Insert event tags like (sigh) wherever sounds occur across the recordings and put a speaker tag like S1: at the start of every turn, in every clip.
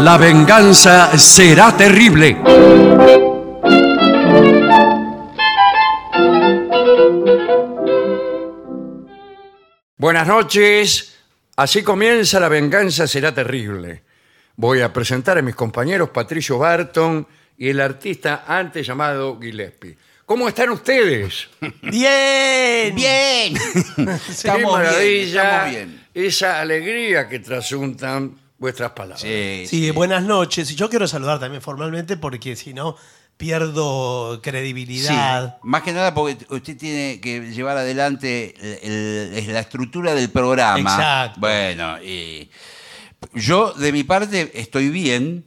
S1: La venganza será terrible. Buenas noches. Así comienza La venganza será terrible. Voy a presentar a mis compañeros Patricio Barton y el artista antes llamado Gillespie. ¿Cómo están ustedes?
S2: (laughs)
S3: Bien, bien.
S1: Qué
S3: Estamos
S1: maravilla
S2: estamos bien.
S1: esa alegría que trasuntan vuestras palabras.
S2: Sí,
S3: Sí,
S1: Este,
S3: buenas noches. Y Yo quiero saludar también formalmente porque si no pierdo
S2: Sí,
S3: credibilidad.
S2: Más que nada porque usted tiene que llevar adelante el- el- la estructura del programa.
S3: Exacto.
S2: Bueno, y yo de mi parte estoy bien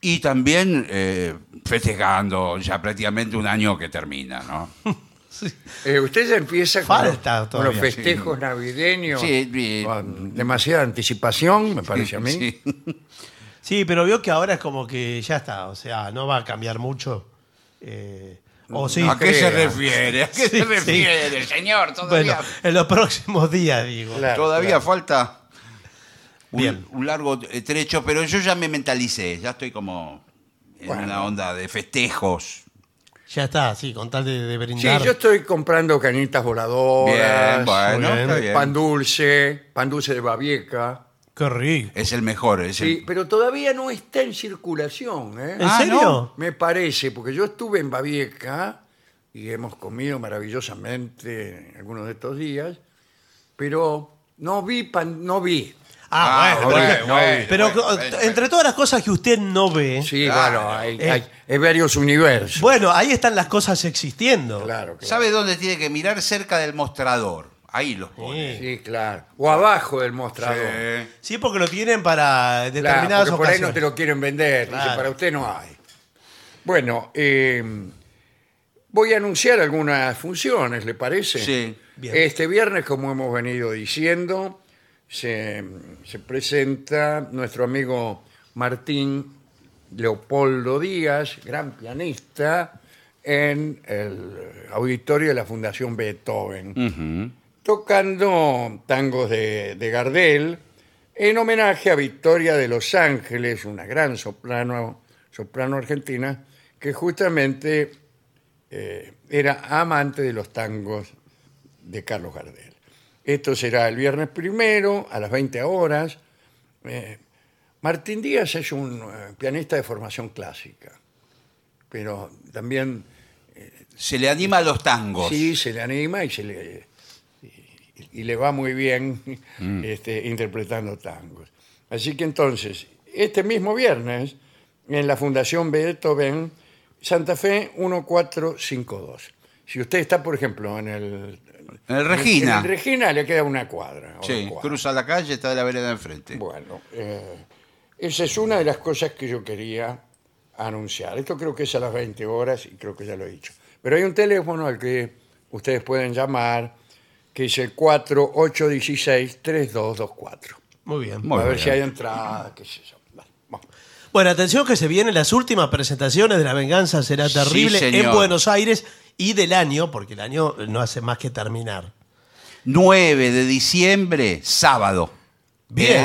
S2: y también eh, festejando ya prácticamente un año que termina, ¿no?
S1: Eh, usted ya empieza con
S3: Falta
S1: los, con
S3: todavía,
S1: los festejos navideños.
S2: Sí, y-
S1: con demasiada anticipación, me parece a mí.
S2: Sí.
S3: Sí. pero veo que ahora es como que ya está. O sea, no va a cambiar mucho. Eh, o sí.
S2: ¿A qué se
S1: crea.
S2: refiere? ¿A qué
S3: Sí,
S2: se
S3: sí.
S2: refiere, señor?
S3: Bueno,
S2: Todavía,
S3: en los próximos días, digo.
S1: Claro.
S2: todavía
S1: claro.
S2: falta un,
S3: Bien.
S2: un largo eh, trecho, pero yo ya me mentalicé, ya estoy como en
S1: Bueno.
S2: una onda de festejos.
S3: Ya está, sí, con tal de, de
S1: Sí,
S3: brindar.
S1: yo estoy comprando canitas voladoras,
S2: Bien, bueno,
S3: bien.
S2: está bien.
S1: pan dulce, pan dulce de babieca.
S3: Qué rico.
S2: Es el mejor, es
S1: Sí, pero todavía no está en circulación. ¿eh?
S3: ¿En
S2: Ah,
S3: serio?
S2: ¿no?
S1: Me parece, porque yo estuve en Babieca y hemos comido maravillosamente algunos de estos días, pero no vi, pan, no vi.
S3: Ah,
S2: Ah,
S3: bueno,
S2: bueno,
S3: pero-
S2: bueno,
S3: pero
S2: bueno, bueno,
S3: entre todas las cosas que usted no ve,
S1: Sí,
S2: Claro.
S1: bueno, hay,
S3: Eh.
S1: hay- hay varios universos.
S3: bueno, ahí están las cosas existiendo.
S1: Claro, claro.
S2: el- ¿Sabe dónde tiene que mirar? Cerca del mostrador. Ahí los pone.
S3: Sí.
S1: Sí, claro. O abajo del mostrador.
S2: Sí.
S3: Sí, porque lo tienen para
S1: Claro,
S3: determinadas
S1: porque por ahí
S3: ocasiones.
S1: no te lo quieren vender. Dice,
S3: Claro.
S1: para usted no hay. Bueno, eh, voy a anunciar algunas funciones, ¿le parece?
S2: Sí.
S3: Bien.
S1: Este viernes, como hemos venido diciendo, se, se presenta nuestro amigo Martín Leopoldo Díaz, gran pianista, en el auditorio de la Fundación Beethoven tocando tangos de, de Gardel en homenaje a Victoria de Los Ángeles, una gran soprano, soprano argentina, que justamente eh, era amante de los tangos de Carlos Gardel. Esto será el viernes primero a las 20 horas. Eh, Martín Díaz es un eh, pianista de formación clásica, pero también
S2: Se le anima a los tangos.
S1: Sí, se le anima y se le y, y le va muy bien
S2: Mm.
S1: este, interpretando tangos. Así que entonces, este mismo viernes, en la Fundación Beethoven, Santa Fe 1452. Si usted está, por ejemplo, en el...
S2: En el
S1: en
S2: Regina.
S1: el Regina le queda una cuadra. o
S2: Sí,
S1: dos cuadras.
S2: cruza la calle, está de la vereda de enfrente.
S1: Bueno, eh, esa es una de las cosas que yo quería anunciar. Esto creo que es a las 20 horas y creo que ya lo he dicho. Pero hay un teléfono al que ustedes pueden llamar, que es el 4816-3224.
S3: Muy bien.
S2: Muy
S1: a ver
S2: bien.
S1: si hay entrada, qué sé yo. Vale, bueno.
S3: Bueno, atención que se vienen las últimas presentaciones de La Venganza Será
S2: Sí,
S3: Terrible en
S2: señor.
S3: Buenos Aires y del año, porque el año no hace más que terminar.
S2: 9 de diciembre, sábado.
S3: Bien.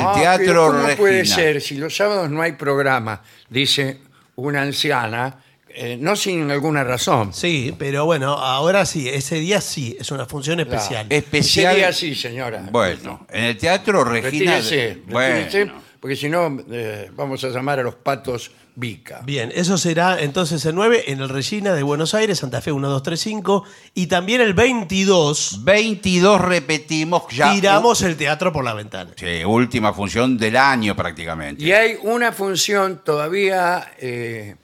S2: El
S1: Ah, pero
S2: Teatro
S1: ¿Cómo
S2: Regina.
S1: puede ser? Si los sábados no hay programa, dice una anciana, eh, no sin alguna razón.
S3: Sí, pero bueno, ahora sí, ese día sí, es una función especial.
S2: es- Especial-
S1: Sería así, señora.
S2: Bueno, en el Teatro Regina.
S1: Retírese, retírese,
S2: bueno,
S1: porque si no eh, vamos a llamar a los patos Vica.
S3: Bien, eso será entonces el 9 en el Regina de Buenos Aires, Santa Fe 1235, y también el 22
S2: 22 repetimos ya. uh.
S3: tiramos el teatro por la ventana.
S2: Sí, última función del año prácticamente.
S1: Y hay una función todavía eh,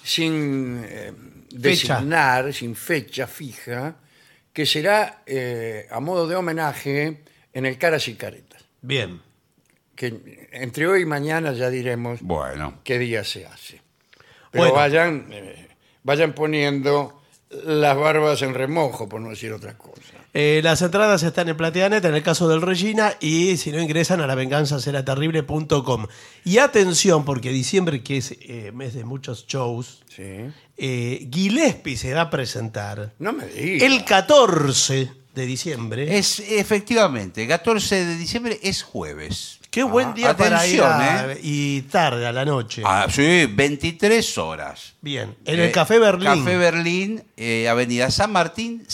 S1: sin eh,
S3: Fecha.
S1: designar, sin fecha fija, que será eh, a modo de homenaje en el Caras y Caretas.
S3: Bien.
S1: Que entre hoy y mañana ya diremos
S2: Bueno,
S1: qué día se hace. Pero
S3: Bueno.
S1: vayan, eh, vayan poniendo las barbas en remojo, por no decir otra cosa.
S3: Eh, las entradas están en Plateanet, en el caso del Regina, y si no ingresan a lavenganzaseraterrible.com. Y atención, porque diciembre, que es eh, mes de muchos shows,
S1: Sí.
S3: eh, Gillespie se va a presentar
S1: No me digas.
S3: el 14 de diciembre.
S2: Eh. es efectivamente, 14 de diciembre es jueves.
S3: Qué buen día
S2: Ah, atención,
S3: para ir a-
S2: ¿eh?
S3: y tarde a la noche.
S2: Ah, sí, 23 horas.
S3: Bien, en
S2: Eh,
S3: el Café Berlín.
S2: Café Berlín, eh, Avenida San Martín,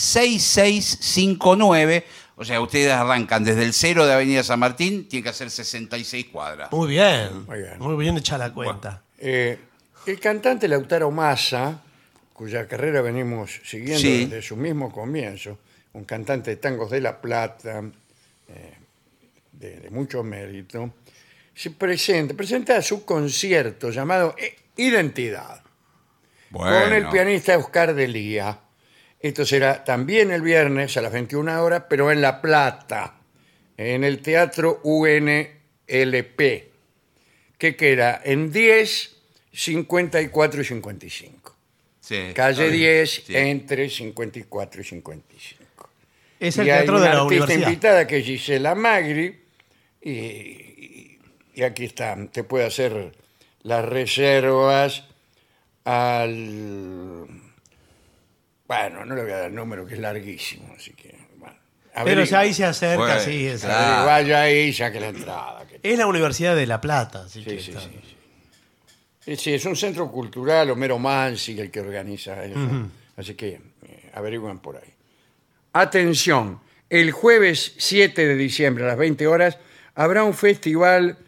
S2: 6659. O sea, ustedes arrancan desde el cero de Avenida San Martín, tiene que hacer 66 cuadras.
S3: Muy bien,
S1: Muy
S3: muy
S1: bien.
S3: bien, hecha la cuenta.
S1: Eh, el cantante Lautaro Massa, cuya carrera venimos siguiendo
S2: Sí.
S1: desde su mismo comienzo, un cantante de tangos de La Plata, eh, de, de mucho mérito, se presenta, presenta su concierto llamado eh, Identidad, con el pianista Oscar Delía. Esto será también el viernes a las 21 horas, pero en La Plata, en el Teatro UNLP, que queda en 10, 54 y 55.
S2: Sí.
S1: Calle
S2: Ah,
S1: 10,
S2: sí.
S1: entre 54 y 55.
S3: Es el
S1: Y hay
S3: teatro
S1: una
S3: de la
S1: artista
S3: universidad.
S1: invitada que es Gisela Magri, y, y- y aquí está, te puede hacer las reservas al... Bueno, no le voy a dar el número, que es larguísimo, así que... Bueno,
S3: Pero ya
S1: averigüe.
S3: ahí se acerca,
S2: Bueno,
S3: sí. es-
S2: claro.
S1: Averigua, Vaya ahí, saque la entrada. que-
S3: Es la Universidad de La Plata. así
S1: Sí,
S3: que
S1: sí,
S3: está-
S1: sí, sí. Eh, sí, es un centro cultural, Homero Mansi, el que organiza eso. Así que eh, averigüen por ahí. Atención, el jueves 7 de diciembre a las 20 horas habrá un festival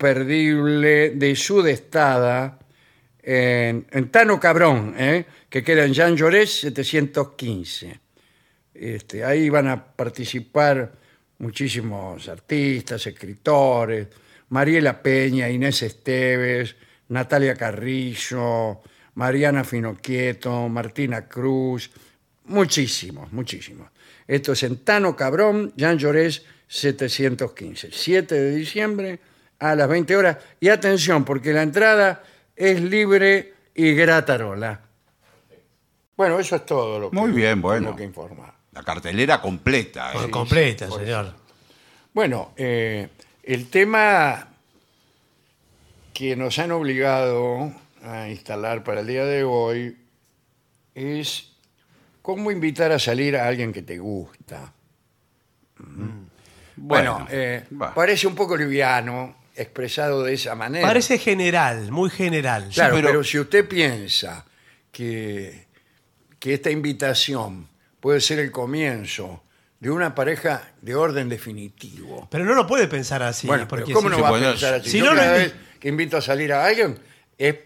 S1: imperdible de sudestada en, en Tano Cabrón, ¿eh? que queda en Jean Llorés 715. Este, ahí van a participar muchísimos artistas, escritores, Mariela Peña, Inés Esteves, Natalia Carrillo, Mariana Finoquieto, Martina Cruz, muchísimos, muchísimos. Esto es en Tano Cabrón, Jean Llorés, 715, 7 de diciembre a las 20 horas. Y atención, porque la entrada es libre y gratarola. Bueno, eso es todo lo que,
S2: Muy bien, bueno.
S1: lo que informar.
S2: La cartelera completa.
S3: Por
S2: ¿eh?
S3: completa, señor.
S1: Bueno, eh, el tema que nos han obligado a instalar para el día de hoy es cómo invitar a salir a alguien que te gusta. Mm. Bueno, eh,
S2: va.
S1: parece un poco liviano expresado de esa manera.
S3: Parece general, muy general.
S1: claro,
S2: sí,
S1: pero...
S2: pero-
S1: si usted piensa que, que esta invitación puede ser el comienzo de una pareja de orden definitivo.
S3: Pero no lo puede pensar así.
S1: Bueno, pero
S3: porque
S1: ¿cómo
S3: si-
S1: no
S2: sí,
S1: va
S2: bueno,
S1: a pensar así?
S3: si
S1: Yo
S3: no lo
S1: cada
S3: invi-
S1: vez que invito a salir a alguien es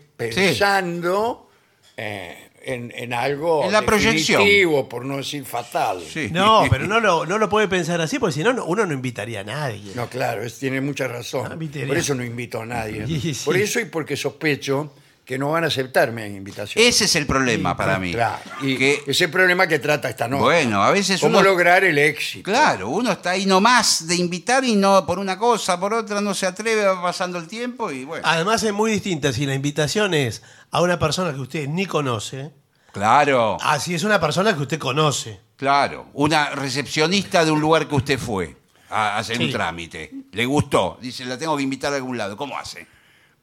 S1: pensando eh, en, en algo
S2: En la proyección.
S1: definitivo, por no decir fatal.
S2: Sí.
S3: No, pero no lo, no lo puede pensar así, porque si no, no- uno no invitaría a nadie.
S1: No, claro, es- tiene mucha razón.
S3: Ah, viste,
S1: por
S3: ya.
S1: eso no invito a
S2: (laughs)
S1: nadie.
S3: Sí, sí.
S1: Por eso y porque sospecho que no van a aceptar mi invitación.
S2: (laughs) Ese es el problema para mí.
S1: Claro, y
S2: Que-
S1: ese problema que trata esta nota.
S2: Bueno, a veces
S1: ¿Cómo
S2: uno-
S1: lograr el éxito?
S2: Claro, uno está ahí nomás de invitar y no por una cosa, por otra, no se atreve, va pasando el tiempo y bueno.
S3: Además es muy distinta si la invitación es a una persona que usted ni conoce,
S2: Claro,
S3: a si es una persona que usted conoce.
S2: claro. Una recepcionista de un lugar que usted fue a hacer un
S3: Sí.
S2: trámite. Le gustó, dice, la tengo que invitar a algún lado. ¿Cómo hace?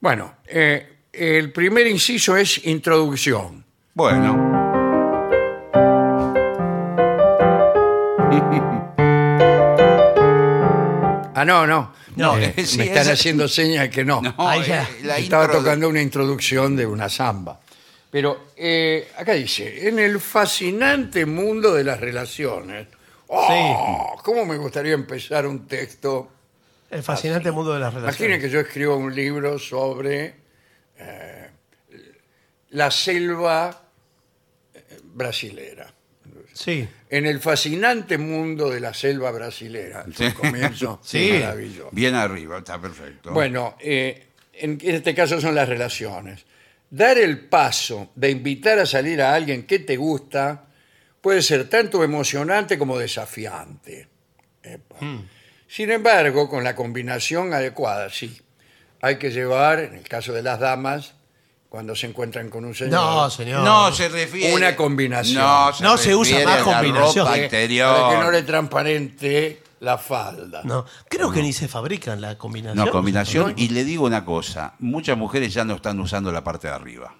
S1: Bueno, eh, el primer inciso es introducción.
S2: Bueno,
S1: Ah, no, no.
S3: No,
S1: Eh,
S2: eh, (laughs) sí,
S1: me están
S2: esa-
S1: haciendo señas que no. (laughs)
S2: no,
S3: Ahí ya.
S2: eh, la
S1: Estaba
S2: intro-
S1: tocando una introducción de una samba. Pero eh, acá dice, en el fascinante mundo de las relaciones. ¡Oh! ¿Cómo me gustaría empezar un texto? Ah,
S3: El fascinante mundo de las
S1: Imaginen
S3: relaciones.
S1: que yo escribo un libro sobre eh, la selva eh, brasilera.
S3: Sí.
S1: En el fascinante mundo de la selva brasilera. Es un
S2: (laughs) Sí.
S1: comienzo
S3: Sí.
S1: maravilloso.
S2: Bien arriba, está perfecto.
S1: Bueno, eh, en este caso son las relaciones. Dar el paso de invitar a salir a alguien que te gusta puede ser tanto emocionante como desafiante. Epa.
S2: Hmm.
S1: Sin embargo, con la combinación adecuada, sí. Hay que llevar, en el caso de las damas, cuando se encuentran con un señor.
S3: No, señor.
S2: no se refiere.
S1: Una combinación.
S2: No se,
S3: No se usa
S2: refiere
S3: más
S2: a la
S3: combinación.
S2: ropa
S3: Eh,
S2: interior.
S1: Para que no le transparente la falda.
S3: No, creo que ni se fabrican la combinación.
S2: No, combinación. Y le digo una cosa, muchas mujeres ya no están usando la parte de arriba.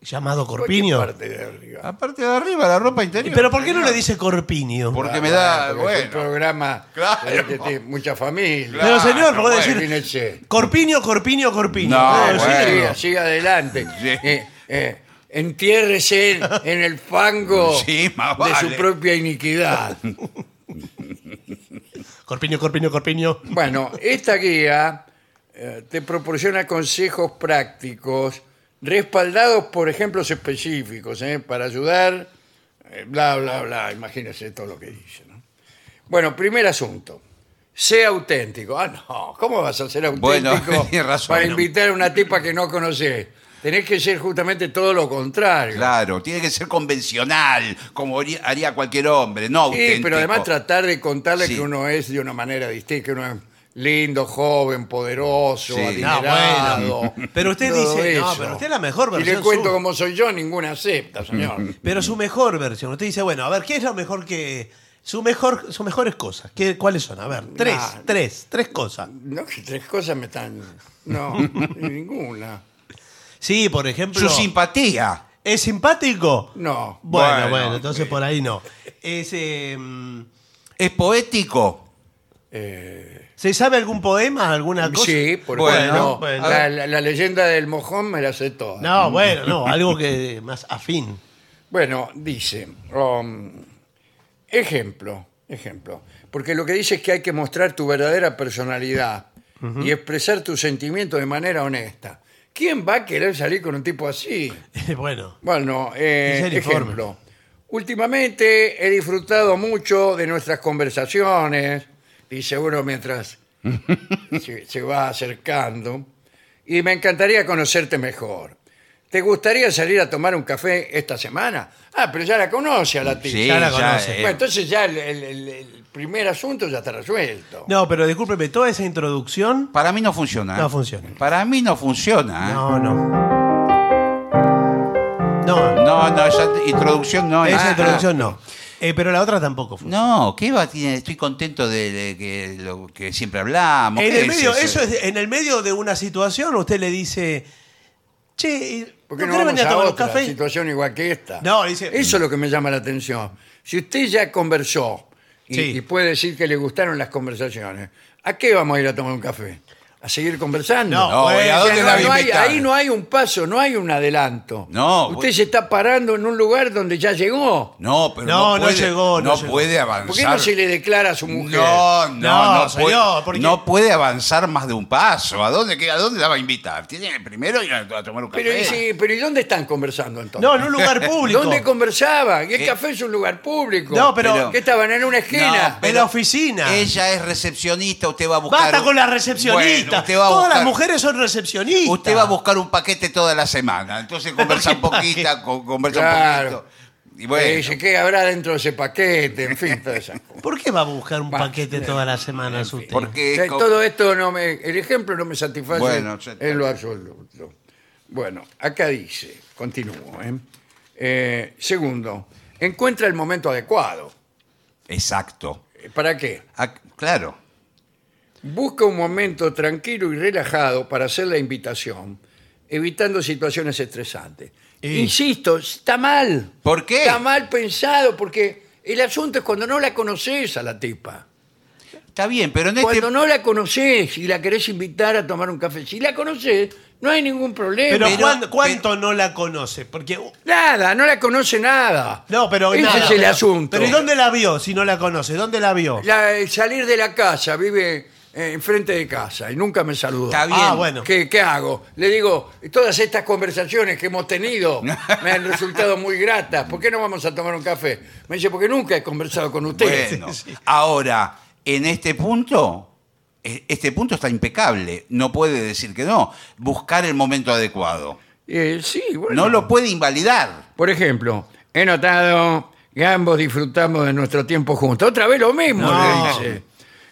S3: llamado Corpiño.
S1: parte de arriba.
S2: La parte de arriba, la ropa
S3: ¿Y
S2: interior.
S3: ¿Pero por qué no le dice Corpiño?
S2: Porque
S1: Ah,
S2: me da.
S1: porque es un
S2: Bueno.
S1: programa
S2: Claro.
S1: eh, que tiene mucha familia.
S3: Pero señor,
S2: Claro,
S1: Bueno,
S3: puede decir
S1: imagínese.
S3: Corpiño, Corpiño, Corpiño.
S2: No,
S3: Puede decir-
S2: Ah, bueno.
S1: Siga, siga adelante.
S2: Sí.
S1: Eh, eh, entiérrese en, en el fango
S2: Sí, más
S1: de su
S2: vale.
S1: propia iniquidad.
S3: Corpiño, Corpiño, Corpiño.
S1: Bueno, esta guía eh, te proporciona consejos prácticos, respaldados por ejemplos específicos, ¿eh? para ayudar, eh, bla, bla, bla, imagínense todo lo que dice. ¿no? Bueno, primer asunto. Sea auténtico. Ah, no, ¿cómo vas a ser
S2: Bueno,
S1: auténtico
S2: (laughs) tiene razón,
S1: para
S2: ¿no?
S1: invitar a una tipa que no conoces? Tenés que ser justamente todo lo contrario.
S2: Claro, tiene que ser convencional, como haría- haría cualquier hombre, no
S1: Sí,
S2: auténtico.
S1: pero además tratar de contarle
S2: Sí.
S1: que uno es de una manera distinta, que uno es lindo, joven, poderoso,
S2: Sí.
S3: No,
S1: adinerado.
S3: bueno. (laughs) Pero usted
S1: todo
S3: dice, no,
S1: eso.
S3: pero usted es la mejor
S1: Y
S3: versión.
S1: le cuento
S3: suya.
S1: cómo soy yo, ninguna acepta,
S2: (laughs)
S1: señor.
S3: Pero su mejor versión. Usted dice, bueno, a ver, ¿qué es lo mejor que. Su mejor, sus mejores cosas. ¿Qué, ¿Cuáles son? A ver, tres,
S1: Nah.
S3: tres, tres cosas.
S1: No, que tres cosas me están...
S2: (laughs)
S1: No, ninguna.
S3: Sí, por ejemplo.
S2: Su simpatía.
S3: ¿Es simpático?
S1: No.
S3: Bueno,
S2: Bueno,
S3: bueno, entonces por ahí no. Es, eh, mm,
S2: Es poético.
S1: Eh,
S3: ¿Se sabe algún poema, alguna cosa?
S1: sí, por
S2: Bueno,
S1: ejemplo,
S3: bueno.
S1: La, la- la leyenda del mojón me la sé toda.
S3: No, bueno, no, algo que más afín. (laughs)
S1: Bueno, dice, um, ejemplo, ejemplo, porque lo que dice es que hay que mostrar tu verdadera personalidad y expresar tus sentimientos de manera honesta. ¿Quién va a querer salir con un tipo así?
S3: bueno,
S1: Bueno, eh,
S3: Dice el informe.
S1: ejemplo. Últimamente he disfrutado mucho de nuestras conversaciones y seguro
S3: (laughs)
S1: mientras se, se va acercando y me encantaría conocerte mejor. ¿Te gustaría salir a tomar un café esta semana? Ah, pero ya la conoce a la tía.
S2: Sí,
S3: ya la
S2: ya,
S3: conoce.
S2: eh,
S1: Bueno, entonces ya el, el- el- el primer asunto ya está resuelto.
S3: no, pero discúlpeme, toda esa introducción
S2: para mí no funciona.
S3: no funciona.
S2: Para mí no
S1: Ah.
S2: funciona. ¿eh?
S3: No, no. No,
S2: No, no, esa introducción no
S3: esa
S2: Ah,
S3: introducción no. Eh, pero la otra tampoco funciona.
S2: No, ¿qué va? Tiene- Estoy contento de, de que, lo que siempre hablamos.
S3: En
S2: ¿Qué
S3: el medio,
S2: ese?
S3: eso es, en el medio de una situación, usted le dice, che,
S1: ¿Por qué no, vamos
S3: querés venir a
S1: a,
S3: tomar un
S1: otra
S3: café?
S1: situación igual que esta?
S3: No, dice-
S1: Eso es lo que me llama la atención. Si usted ya conversó y,
S3: Sí.
S1: y puede decir que le gustaron las conversaciones, ¿a qué vamos a ir a tomar un café? ¿A seguir conversando?
S3: No,
S2: No, güey,
S1: O
S2: ¿a
S1: sea,
S2: dónde
S1: no-
S2: la va a
S1: no hay-
S2: invitar?
S1: ahí no hay un paso, no hay un adelanto.
S2: No,
S1: Usted
S2: güey.
S1: se está parando en un lugar donde ya llegó.
S2: No, pero
S3: No,
S2: no,
S3: no
S2: puede,
S3: llegó, no llegó.
S2: puede avanzar.
S1: ¿Por qué no se le declara a su mujer?
S2: No, no,
S3: No,
S2: no,
S3: señor,
S2: puede,
S3: porque-
S2: no puede avanzar más de un paso. ¿A dónde, qué- a dónde la va a invitar? Tiene que primero ir a, a tomar un café.
S1: Pero, dice, pero ¿y dónde están conversando entonces?
S3: No, en un
S1: (laughs)
S3: lugar público.
S1: ¿Dónde conversaban? Y el
S2: Eh,
S1: café es un lugar público.
S3: No, pero- Pero-
S1: ¿Qué estaban en una esquina?
S2: No,
S3: En la oficina.
S2: Ella es recepcionista, usted va a buscar.
S3: Basta
S2: un-
S3: con la
S2: Bueno,
S3: recepcionista.
S2: usted va a
S3: Todas las
S2: buscar-
S3: mujeres son recepcionistas.
S2: Usted va a buscar un paquete toda la semana. Entonces conversa un poquito, con- conversa
S1: Claro.
S2: un poquito. Y bueno,
S1: Eh, dice, ¿qué habrá dentro de ese paquete? En fin, todas esas
S2: (laughs)
S1: cosas.
S3: ¿Por qué va a buscar un paquete todas las semanas usted?
S1: O
S2: porque es
S1: sea,
S2: co-
S1: Eh, todo esto no me. El ejemplo no me satisface
S2: Bueno, ya está.
S1: en lo absoluto. Bueno, acá dice, continúo. ¿eh? Eh, segundo, encuentra el momento adecuado.
S2: Exacto.
S1: Eh, ¿Para qué?
S2: Ah, claro.
S1: Busca un momento tranquilo y relajado para hacer la invitación, evitando situaciones estresantes.
S3: Y-
S1: Insisto, está mal.
S2: ¿Por qué?
S1: Está mal pensado, porque el asunto es cuando no la conoces a la tipa.
S2: Está bien, pero en este.
S1: Cuando no la conoces y la querés invitar a tomar un café, si la conoces, no hay ningún problema.
S3: Pero,
S2: Pero-
S3: ¿cuán- ¿cuánto no la conoce? Porque. uh,
S1: Nada, no la conoce nada.
S3: No, pero.
S1: Ese
S3: nada,
S1: es el
S3: pero-
S1: asunto.
S3: Pero ¿y dónde la vio si no la conoce? ¿Dónde la vio?
S1: La- el salir de la casa, vive eh, enfrente de casa y nunca me saludó.
S2: Está bien.
S3: Ah, bueno.
S1: ¿Qué, qué hago? Le digo, todas estas conversaciones que hemos
S3: (laughs)
S1: tenido me han resultado muy gratas. ¿Por qué no vamos a tomar un café? Me dice, porque nunca he conversado con usted.
S2: Bueno, ahora, en este punto, e- este punto está impecable. No puede decir que no. Buscar el momento adecuado.
S1: Eh, sí, bueno.
S2: No lo puede invalidar.
S1: Por ejemplo, he notado que ambos disfrutamos de nuestro tiempo juntos. Otra vez lo mismo,
S3: No.
S1: le dice.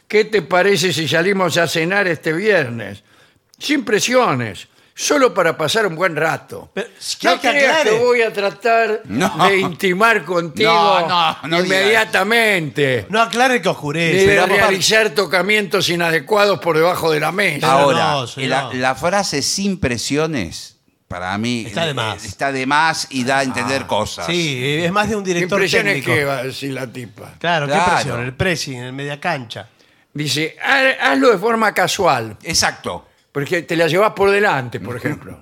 S1: ¿Qué te parece si salimos a cenar este viernes? Sin presiones, solo para pasar un buen rato.
S3: Pero, ¿qué
S1: no
S3: que
S1: creas
S3: aclare?
S1: que voy a tratar
S2: No.
S1: de intimar contigo
S2: No, no, no digas.
S1: inmediatamente.
S3: No aclare que oscurece.
S1: ni de
S2: pero aparte-
S1: realizar tocamientos inadecuados por debajo de la mesa.
S3: Ah,
S2: Ahora,
S3: no, señor.
S2: la, la frase sin presiones, para mí
S3: Está de
S2: eh,
S3: más. Ah,
S2: está de más y da a entender cosas.
S3: Sí, es más de un
S1: ¿Qué
S3: director
S1: impresión es
S3: técnico.
S1: que va a decir la tipa?
S3: Claro,
S2: Claro.
S3: qué presión, el pressing, el media cancha.
S1: Dice, "Ha- hazlo de forma casual,
S2: Exacto.
S1: porque te la llevas por delante, por ejemplo.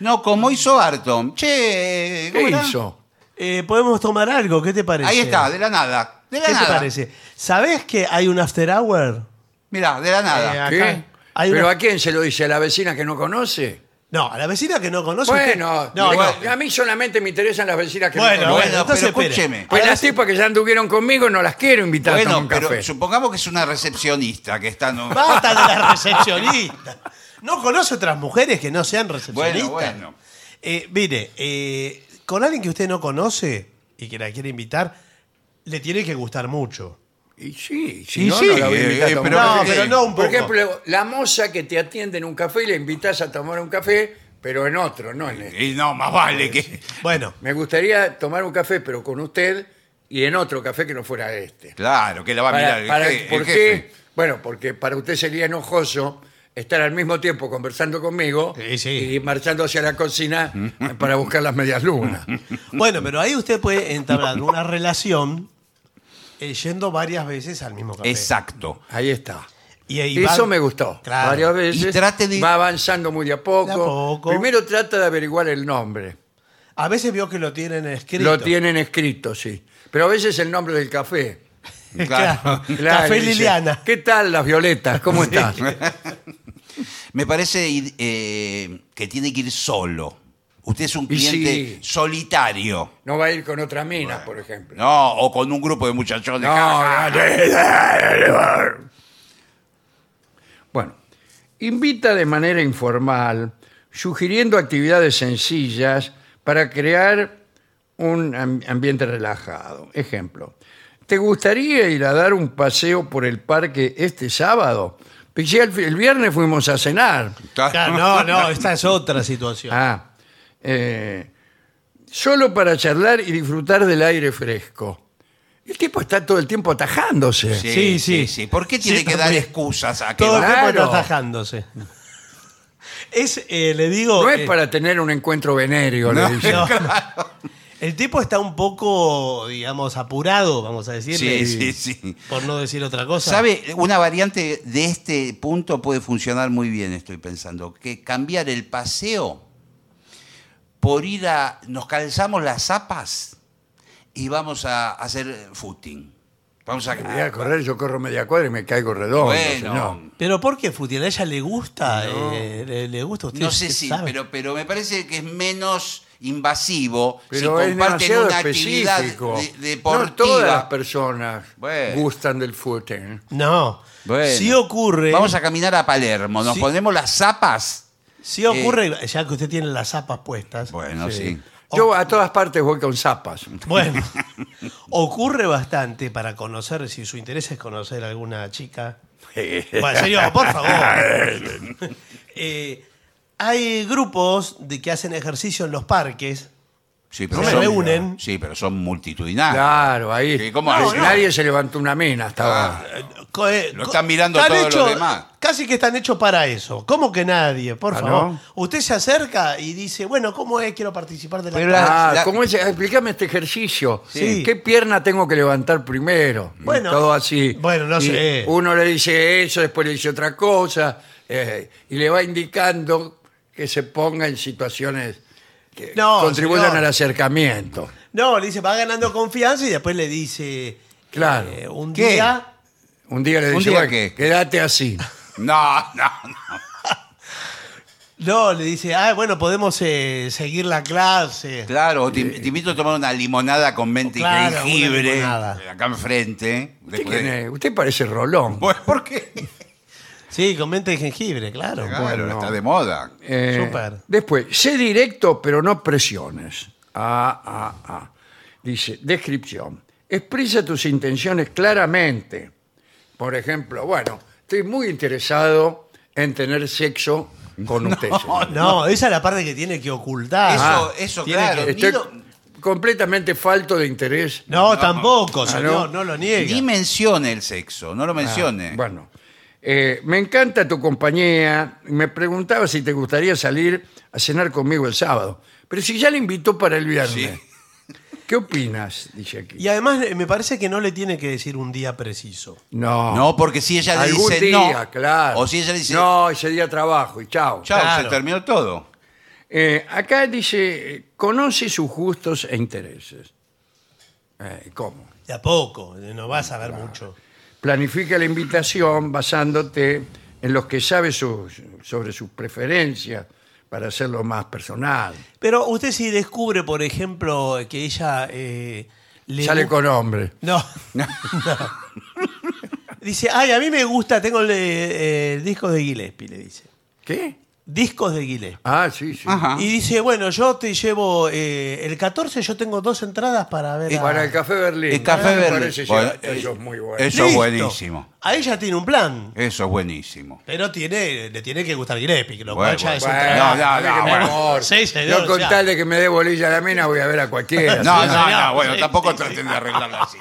S2: No, como hizo Barton. Che, ¿cómo
S1: ¿Qué
S2: era?
S1: hizo?
S3: Eh, podemos tomar algo, ¿qué te parece?
S2: Ahí está, de la nada. De la
S3: ¿Qué te
S2: nada.
S3: parece? ¿Sabés que hay un after hour?
S2: Mirá, de la nada.
S3: Eh,
S1: ¿Qué?
S3: Acá hay
S1: ¿Pero
S3: una-
S1: a quién se lo dice? ¿A la vecina que no conoce?
S3: No, a la vecina que no conoce. usted-
S1: Bueno,
S3: no,
S1: igual,
S3: no.
S1: a mí solamente me interesan las vecinas que
S3: Bueno,
S1: no
S3: bueno,
S1: conozco.
S2: Bueno,
S3: entonces
S2: pero
S3: espere.
S2: escúcheme.
S1: Pues
S3: ahora
S1: las
S3: sí-
S1: tipas que ya anduvieron conmigo no las quiero invitar a tomar
S2: Bueno,
S1: un
S2: pero
S1: café.
S2: supongamos que es una recepcionista que está... No...
S3: Basta de la recepcionista. No conoce otras mujeres que no sean recepcionistas.
S2: Bueno, bueno.
S3: Eh, mire, eh, con alguien que usted no conoce y que la quiere invitar, le tiene que gustar mucho.
S1: Y sí, si
S2: Y
S1: no,
S2: sí,
S1: no la voy a
S2: eh,
S1: invitar
S2: eh,
S1: a tomar
S2: pero-
S1: un
S3: no,
S1: café.
S3: pero no un
S1: Por
S3: poco.
S1: ejemplo, la moza que te atiende en un café y la invitas a tomar un café, pero en otro, no en este.
S2: Y no, más vale que...
S3: bueno,
S1: Me gustaría tomar un café, pero con usted y en otro café que no fuera este.
S2: Claro, que la va a
S1: Para,
S2: mirar el
S1: para-
S2: je- el
S1: ¿Por
S2: jefe.
S1: qué? Bueno, porque para usted sería enojoso estar al mismo tiempo conversando conmigo
S3: Sí, sí.
S1: y marchando hacia la cocina para buscar las medias
S3: (laughs)
S1: lunas.
S3: bueno, pero ahí usted puede entablar una relación eh, yendo varias veces al mismo café. (laughs)
S2: Exacto.
S1: Ahí está.
S3: Y ahí va-
S1: Eso me gustó.
S3: Claro.
S1: Varias veces.
S2: Y trate de-
S1: Va avanzando muy de a poco.
S3: De a poco.
S1: Primero trata de averiguar el nombre.
S3: A veces vio que lo tienen escrito.
S1: Lo tienen escrito, sí. Pero a veces el nombre del café.
S2: Claro.
S3: Claro.
S1: Claro,
S3: (laughs) Café
S1: dice,
S3: Liliana.
S1: ¿Qué tal las violetas? ¿Cómo
S3: (laughs)
S1: estás?
S2: Me parece id- eh, que tiene que ir solo. Usted es un
S1: Y sí.
S2: cliente solitario.
S1: No va a ir con otra mina, por ejemplo.
S2: No, o con un grupo de muchachones.
S1: No,
S2: Ja, ja.
S1: no. Bueno, invita de manera informal, sugiriendo actividades sencillas para crear un am- ambiente relajado. Ejemplo, ¿te gustaría ir a dar un paseo por el parque este sábado? Pues ya el fi- el viernes fuimos a cenar.
S3: Claro,
S1: (laughs)
S3: no, no, esta es otra situación.
S1: Ah, eh, solo para charlar y disfrutar del aire fresco. El tipo está todo el tiempo atajándose.
S2: (laughs) Sí, sí,
S3: Sí,
S2: sí,
S3: sí.
S2: ¿Por qué tiene
S3: Sí,
S2: que dar
S3: porque-
S2: excusas a que
S3: Todo
S2: va?
S3: el tiempo
S1: Claro.
S3: está atajándose. Es, eh, le digo.
S1: No es
S3: eh,
S1: para tener un encuentro venéreo, le dice.
S3: no. El tipo está un poco, digamos, apurado, vamos a decirle.
S2: Sí, sí, sí.
S3: Por no decir otra cosa.
S2: ¿Sabe? Una variante de este punto puede funcionar muy bien, estoy pensando. Que cambiar el paseo por ir a. Nos calzamos las zapas y vamos a hacer footing. Vamos a.
S1: Voy a correr, yo corro media cuadra y me caigo redondo. señor.
S2: bueno.
S3: Pero ¿por qué Futil? ¿A ella le gusta? eh, le, le gusta a usted?
S2: No sé
S3: ¿Usted
S2: si,
S3: sabe?
S2: pero, pero me parece que es menos invasivo
S1: Pero
S2: si
S1: es
S2: comparten
S1: demasiado
S2: una actividad
S1: específico.
S2: de-
S1: No todas las
S2: deportiva.
S1: personas
S2: Bueno.
S1: gustan del footing.
S3: No.
S2: Bueno.
S3: Si ocurre.
S2: Vamos a caminar a Palermo, nos
S3: Sí.
S2: ponemos las zapas.
S3: Si ocurre, ya que usted tiene las zapas puestas.
S2: Eh. Bueno, sí.
S1: Yo a todas partes voy con zapas.
S3: Bueno,
S2: (laughs)
S3: ocurre bastante para conocer, si su interés es conocer a alguna
S2: (laughs)
S3: chica. Bueno, en serio, por favor. Eh, hay grupos de que hacen ejercicio en los parques.
S2: Sí, pero
S3: No me
S2: son,
S3: reúnen.
S2: Sí, pero son multitudinarios.
S1: Claro, ahí.
S2: Ah. Sí, ¿cómo
S1: Nadie-
S2: hace?
S1: Nadie se levantó una mina hasta ahora.
S2: Ah,
S3: Eh, co- eh,
S2: Lo
S3: co-
S2: están mirando
S3: están
S2: todos los
S3: hechos-
S2: demás.
S3: Casi que están hechos para eso. ¿Cómo que nadie? Por
S1: Ah,
S3: favor.
S1: ¿no?
S3: Usted se acerca y dice, bueno, ¿cómo es? Quiero participar de la...
S2: Pero la-
S1: Ah,
S2: la-
S1: ¿cómo es? Explícame este ejercicio.
S3: Sí.
S1: ¿Qué pierna tengo que levantar primro?
S3: Bueno.
S1: todo así.
S3: Bueno, no
S1: Y
S3: sé.
S1: Uno le dice eso, después le dice otra cosa, eh, y le va indicando que se ponga en situaciones que
S3: No,
S1: contribuyan
S3: señor.
S1: al acercamiento.
S3: No, le dice, va ganando confianza y después le dice...
S1: Claro.
S3: eh, un
S2: ¿Qué?
S3: día...
S1: Un día le
S2: ¿Un
S1: dice,
S2: día
S1: "Bueno,
S2: qué?
S1: quédate
S2: (laughs)
S1: así.
S2: No, no, no.
S3: No, le dice, ah, bueno, podemos eh, seguir la clase.
S2: Claro, te, te invito a tomar una limonada con menta
S3: Claro,
S2: y
S3: una
S2: jengibre.
S3: limonada.
S2: Acá enfrente.
S1: ¿Usted, quién es? Usted parece Rolón.
S2: Bueno, ¿Por qué?
S3: Sí, con menta y jengibre, claro.
S2: Claro,
S1: bueno.
S2: está de moda.
S1: Eh,
S3: Súper.
S1: Después, sé directo, pero no presiones. Ah, ah, ah. Dice, descripción. Expresa tus intenciones claramente. Por ejemplo, bueno, estoy muy interesado en tener sexo con usted. señor.
S3: No, esa es la parte que tiene que ocultar.
S2: Eso, eso,
S3: tiene
S2: claro.
S1: Estoy
S2: Ni, lo-
S1: completamente falto de interés.
S3: No, tampoco,
S1: no.
S3: señor, no lo niegue.
S2: ni mencione el sexo, no lo mencione.
S1: Ah, bueno, Eh, me encanta tu compañía. Me preguntaba si te gustaría salir a cenar conmigo el sábado. Pero si ya le invitó para el viernes. ¿Qué opinas? Dice aquí.
S3: Y además eh, me parece que no le tiene que decir un día preciso.
S1: No.
S2: No, porque si ella le
S1: Algún
S2: dice
S1: día,
S2: no.
S1: claro.
S2: O si ella dice no.
S1: No, ese día trabajo y chao.
S2: Chao,
S3: Claro.
S2: se terminó todo.
S1: Eh, acá dice, eh, conoce sus gustos e intereses. Eh, ¿Cómo?
S3: De a poco, eh, no vas a ver mucho.
S1: Planifica la invitación basándote en los que sabes sus- sobre sus preferencias para hacerlo más personal.
S3: Pero usted si descubre, por ejemplo, que ella eh, le
S1: Sale
S3: gu-
S1: con hombre.
S3: No. no. Dice, ay, a mí me gusta, tengo el, eh, el disco de Gillespie, le dice.
S1: ¿Qué?
S3: Discos de Gillespie.
S1: Ah, sí, sí.
S2: Ajá.
S3: Y dice, bueno, yo te llevo eh, el 14, yo tengo dos entradas para ver.
S1: Y
S3: a-
S1: Para el Café Berlín. Ah,
S2: El Café
S1: Me
S2: Berlín.
S1: parece, sí,
S2: Bueno, eh,
S1: eso es muy bueno.
S2: es- Eso buenísimo.
S3: A ella tiene un plan,
S2: Eso es buenísimo.
S3: pero tiene, le tiene que gustar Gillespie, que lo cual
S2: Bueno,
S3: ya es un
S1: Bueno,
S2: No,
S3: trabajo.
S2: no,
S1: a mí que
S2: no,
S1: me
S2: bueno.
S1: importa.
S3: Sí, señor,
S1: Yo con
S3: ya.
S1: tal de que me dé bolilla a la mina voy a ver a cualquiera.
S2: No,
S3: sí,
S2: no,
S3: sí,
S2: no, bueno,
S3: sí,
S2: tampoco
S3: sí,
S2: traten de arreglarlo así.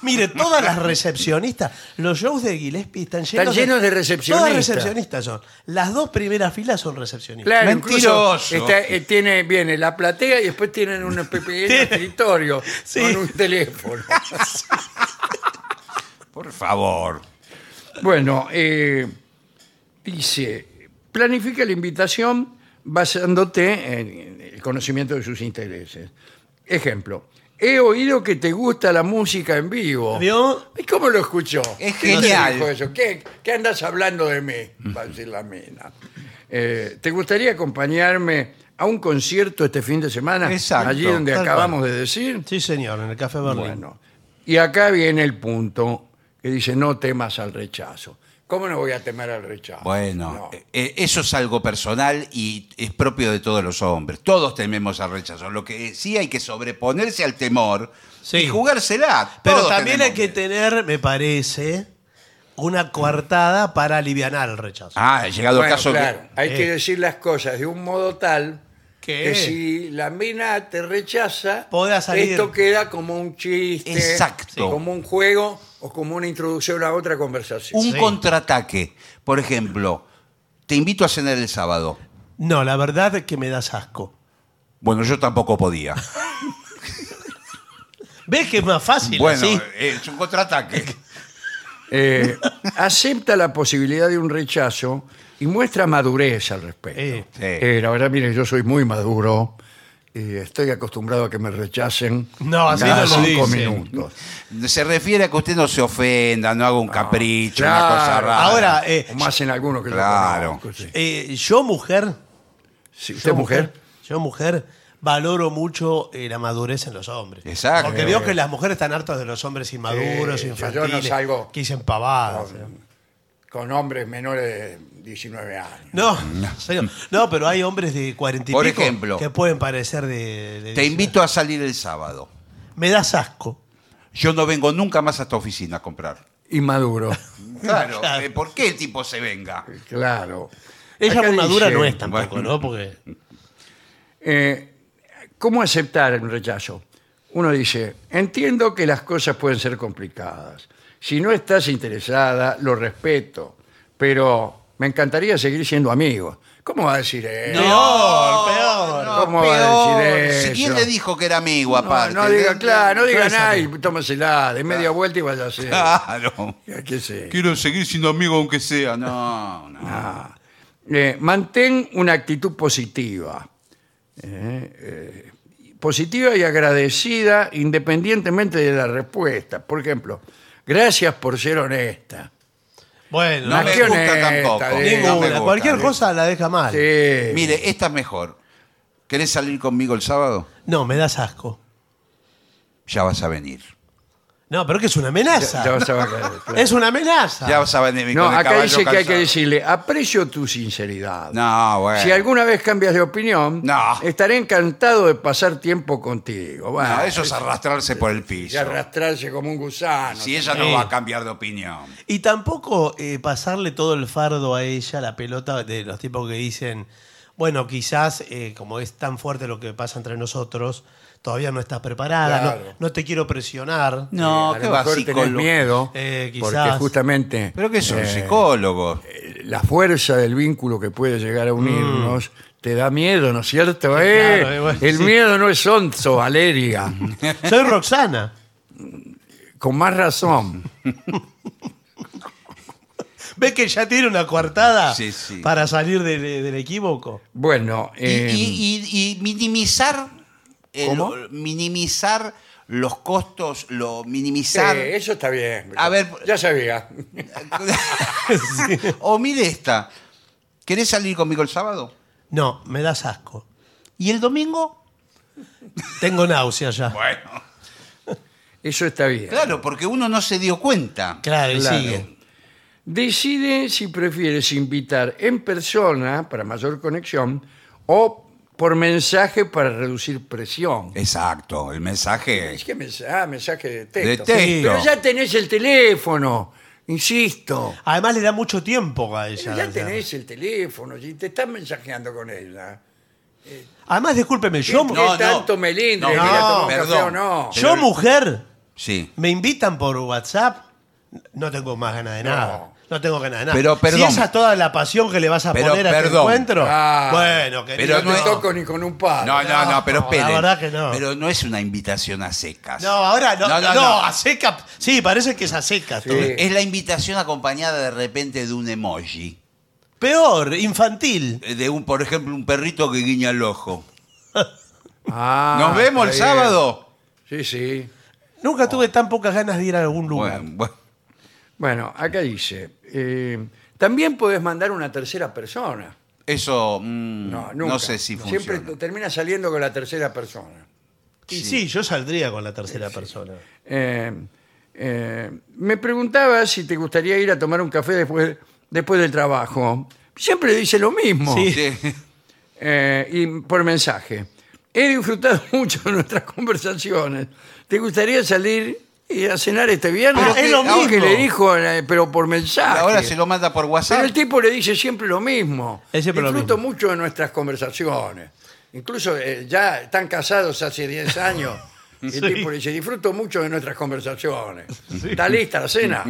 S3: Mire, todas las recepcionistas, los shows de Gillespie están llenos,
S1: Están llenos de recepcionistas.
S3: Todas recepcionistas son. Las dos primeras filas son recepcionistas.
S1: Claro,
S2: Mentiroso.
S1: incluso está- eh, tiene, viene la platea y después tienen un pequeño
S3: (laughs)
S1: escritorio
S3: Sí.
S1: con un teléfono.
S2: Por favor.
S1: Bueno, eh, dice, planifica la invitación basándote en el conocimiento de sus intereses. Ejemplo, he oído que te gusta la música en vivo.
S3: ¿Vio?
S1: ¿Y cómo lo escuchó?
S2: Es
S1: ¿Quién te
S2: genial.
S1: dijo eso? ¿Qué, qué andas hablando de mí? Va a decir la mina. Eh, ¿Te gustaría acompañarme a un concierto este fin de semana?
S2: Exacto,
S1: Allí donde
S3: tal
S1: acabamos de decir.
S3: Sí, señor, en el Café Berlín.
S1: Bueno, y acá viene el punto que dice no temas al rechazo. ¿Cómo no voy a temer al rechazo?
S2: Bueno,
S1: No.
S2: eh, eso es algo personal y es propio de todos los hombres. Todos tememos al rechazo. Lo que sí hay que sobreponerse al temor
S3: Sí.
S2: y jugársela.
S3: Pero
S2: Todos
S3: también hay
S2: tenemos
S3: que
S2: miedo.
S3: tener, me parece, una coartada para alivianar el rechazo.
S2: Ah, llegado el
S1: Bueno,
S2: caso
S1: claro, hay
S3: Eh.
S1: que decir las cosas de un modo tal
S3: ¿Qué?
S2: Eh.
S1: que si la mina te rechaza,
S3: Podés salir.
S1: esto queda como un chiste,
S2: Exacto.
S1: como un juego o como una introducción a otra
S2: que
S1: conversación.
S2: un
S3: Sí.
S2: contraataque. Por ejemplo, te invito a cenar el sábado.
S3: No, la verdad es que me das asco.
S2: Bueno, yo tampoco
S3: (laughs)
S2: podía.
S3: ¿Ves que es más fácil
S2: bueno,
S3: así?
S2: eh, es un
S3: (laughs)
S2: contraataque.
S1: Eh, acepta la posibilidad de un rechazo y muestra madurez al respecto.
S3: Eh,
S2: Sí.
S1: Eh, la verdad, mire, yo soy muy maduro y estoy acostumbrado a que me rechacen
S3: No, así
S1: cada
S3: no lo
S1: cinco
S3: dice.
S1: minutos.
S2: Se refiere a que usted no se ofenda, no haga un capricho, una cosa
S1: Claro.
S2: rara.
S3: Ahora, eh,
S1: O más en algunos que yo
S2: Claro.
S1: conozco, sí.
S3: eh, yo mujer...
S1: Sí, ¿Usted
S3: yo
S1: mujer?
S3: Yo mujer valoro mucho eh, la madurez en los hombres.
S2: Exacto.
S3: Porque veo que las mujeres están hartas de los hombres inmaduros,
S1: Sí, yo
S3: infantiles,
S1: no salgo
S3: que dicen pavadas. ¿eh?
S1: Con hombres menores de 19 años.
S3: No, señor. no, pero hay hombres de cuarenta y
S2: Por
S3: pico
S2: ejemplo.
S3: que pueden parecer de, de-
S2: Te invito a salir el sábado.
S3: Me das asco.
S2: Yo no vengo nunca más a tu oficina a comprar.
S1: Inmaduro.
S2: Claro,
S3: Claro.
S2: eh, ¿por qué el tipo se venga?
S1: (laughs) claro.
S3: Ella
S1: Acá
S3: muy madura
S1: dice,
S3: no es tampoco,
S2: bueno. (laughs)
S3: ¿no? Porque
S1: eh, ¿Cómo aceptar un rechazo? Uno dice, entiendo que las cosas pueden ser complicadas. Si no estás interesada, lo respeto, pero me encantaría seguir siendo amigos. ¿Cómo va a decir eso?
S3: Peor, peor.
S1: ¿Cómo va a decir
S2: Si
S1: eso?
S2: quién le dijo que era amigo,
S1: No,
S2: aparte. ¿eh?
S1: no diga,
S2: De-
S1: claro, no diga
S3: es
S1: nada y
S3: amigo.
S1: tómasela de media vuelta y vaya a hacer.
S2: Claro.
S1: ¿Qué sé?
S2: Quiero seguir siendo amigo aunque sea. No,
S1: Ah,
S2: no.
S1: Eh, mantén una actitud positiva. Eh, eh, positiva y agradecida independientemente de la respuesta. Por ejemplo, gracias por ser honesta.
S3: Bueno,
S2: No
S3: la-
S1: me
S2: me
S1: acción
S2: gusta
S1: esta,
S2: tampoco.
S1: eh,
S3: ninguna,
S2: No me gusta,
S3: cualquier
S2: eh.
S3: cosa la deja mal.
S1: Sí.
S2: Mire, esta es mejor. ¿Querés salir conmigo el sábado?
S3: No, me das asco.
S2: Ya vas a venir.
S3: No, pero que es una
S1: Ya-
S3: amenaza.
S1: ya vas a ver,
S2: (laughs)
S1: claro.
S3: (laughs) Es una amenaza.
S2: Ya vas a venir.
S1: No,
S2: con el
S1: acá
S2: caballo
S1: dice que hay que
S2: cansado.
S1: decirle, aprecio tu sinceridad.
S2: No, bueno.
S1: Si alguna vez cambias de opinión,
S2: No.
S1: estaré encantado de pasar tiempo contigo. Bueno,
S2: No, eso es arrastrarse por el
S1: y
S2: piso.
S1: arrastrarse como un gusano.
S2: Si ella no va a cambiar de opinión.
S3: Y tampoco eh, pasarle todo el fardo a ella, la pelota de los tipos que dicen, bueno, quizás eh, como es tan fuerte lo que pasa entre nosotros, todavía no estás preparada, no- no,
S1: Claro.
S3: te
S2: (laughs)
S3: quiero presionar.
S2: No,
S1: a
S2: qué
S1: lo
S2: va,
S1: mejor tenés
S2: psicólogo.
S1: miedo,
S3: Eh, quizás.
S1: porque justamente
S2: Pero que son
S1: eh,
S2: psicólogos.
S1: la fuerza del vínculo que puede llegar a unirnos te da miedo, ¿no es cierto? eh?
S3: Claro, eh, bueno,
S1: El
S3: Mm. sí.
S1: miedo no es onzo, Valeria. (laughs)
S3: Soy Roxana.
S1: Con más razón.
S3: ¿Ves que ya tiene una coartada
S2: Sí, sí.
S3: para salir del, del equívoco?
S1: Bueno,
S2: Y,
S1: eh,
S2: y- y- y minimizar. el-
S1: ¿Cómo?
S2: Minimizar los costos, lo
S1: sí,
S2: minimizar.
S1: eso está bien.
S2: A ver-
S1: ya sabía.
S2: (laughs) o mire esta. ¿Querés salir conmigo el sábado?
S3: No, me das asco.
S2: ¿Y el domingo?
S3: Tengo náuseas ya.
S2: Bueno.
S1: Eso está bien.
S2: Claro, porque uno no se dio cuenta.
S3: claro, y
S1: Claro.
S3: sigue.
S1: Decide si prefieres invitar en persona para mayor conexión o por mensaje para reducir presión.
S2: Exacto, el mensaje.
S1: Es que mensaje, ah, mensaje de texto.
S2: De texto.
S1: Sí, Pero ya tenés el teléfono, insisto.
S3: Además le da mucho tiempo a ella.
S1: Ya,
S3: o sea.
S1: tenés el teléfono, y te estás mensajeando con ella.
S3: Además, discúlpeme, yo,
S1: No, tanto melindre,
S3: no,
S1: café o no.
S3: yo mujer,
S2: Sí.
S3: me invitan por WhatsApp, no tengo más ganas de nada. No tengo ganas de nada.
S2: Pero,
S3: Si
S2: perdón.
S3: esa es toda la pasión que le vas a
S2: Pero,
S3: poner a este
S2: perdón.
S3: encuentro,
S1: Ah,
S3: bueno,
S2: pero
S3: querido,
S1: no
S2: no
S1: te
S2: es-
S1: toco ni con un palo.
S2: No, no, no, pero
S3: No, la
S2: esperen.
S3: verdad que no.
S2: Pero no es una invitación a secas.
S3: No, ahora no. No,
S2: No, no, no.
S3: a seca. Sí, parece que es a seca. todo.
S1: Sí.
S2: Es la invitación acompañada de repente de un emoji.
S3: Peor, infantil.
S2: De un, por ejemplo, un perrito que guiña el ojo.
S1: Ah,
S2: ¿Nos vemos el
S1: está bien.
S2: sábado?
S1: Sí, sí.
S3: Nunca tuve tan pocas ganas de ir a algún lugar.
S2: Oh. Bueno, bueno.
S1: Bueno, acá dice, eh, también podés mandar una tercera persona.
S2: Eso mm,
S1: No,
S2: no,
S1: nunca.
S2: sé si funciona.
S1: Siempre te- termina saliendo con la tercera persona.
S3: y sí. yo saldría con la tercera persona.
S1: Eh, eh, me preguntaba si te gustaría ir a tomar un café después, después del trabajo. Siempre dice lo mismo.
S3: Sí.
S2: Sí. (laughs)
S1: Eh, y por mensaje. He disfrutado (laughs) mucho de nuestras conversaciones. ¿Te gustaría salir y a cenar este viernes?
S3: Ah, es lo
S1: Algo que
S3: mismo.
S1: le dijo, eh, pero por mensaje.
S2: Ahora se lo manda por WhatsApp.
S1: Pero el tipo le dice siempre lo mismo.
S3: Es siempre lo
S1: Disfruto mucho de nuestras conversaciones. Incluso eh, ya están casados hace (laughs) 10 años. Y el tipo le dice, disfruto mucho de nuestras conversaciones. ¿Está lista la cena?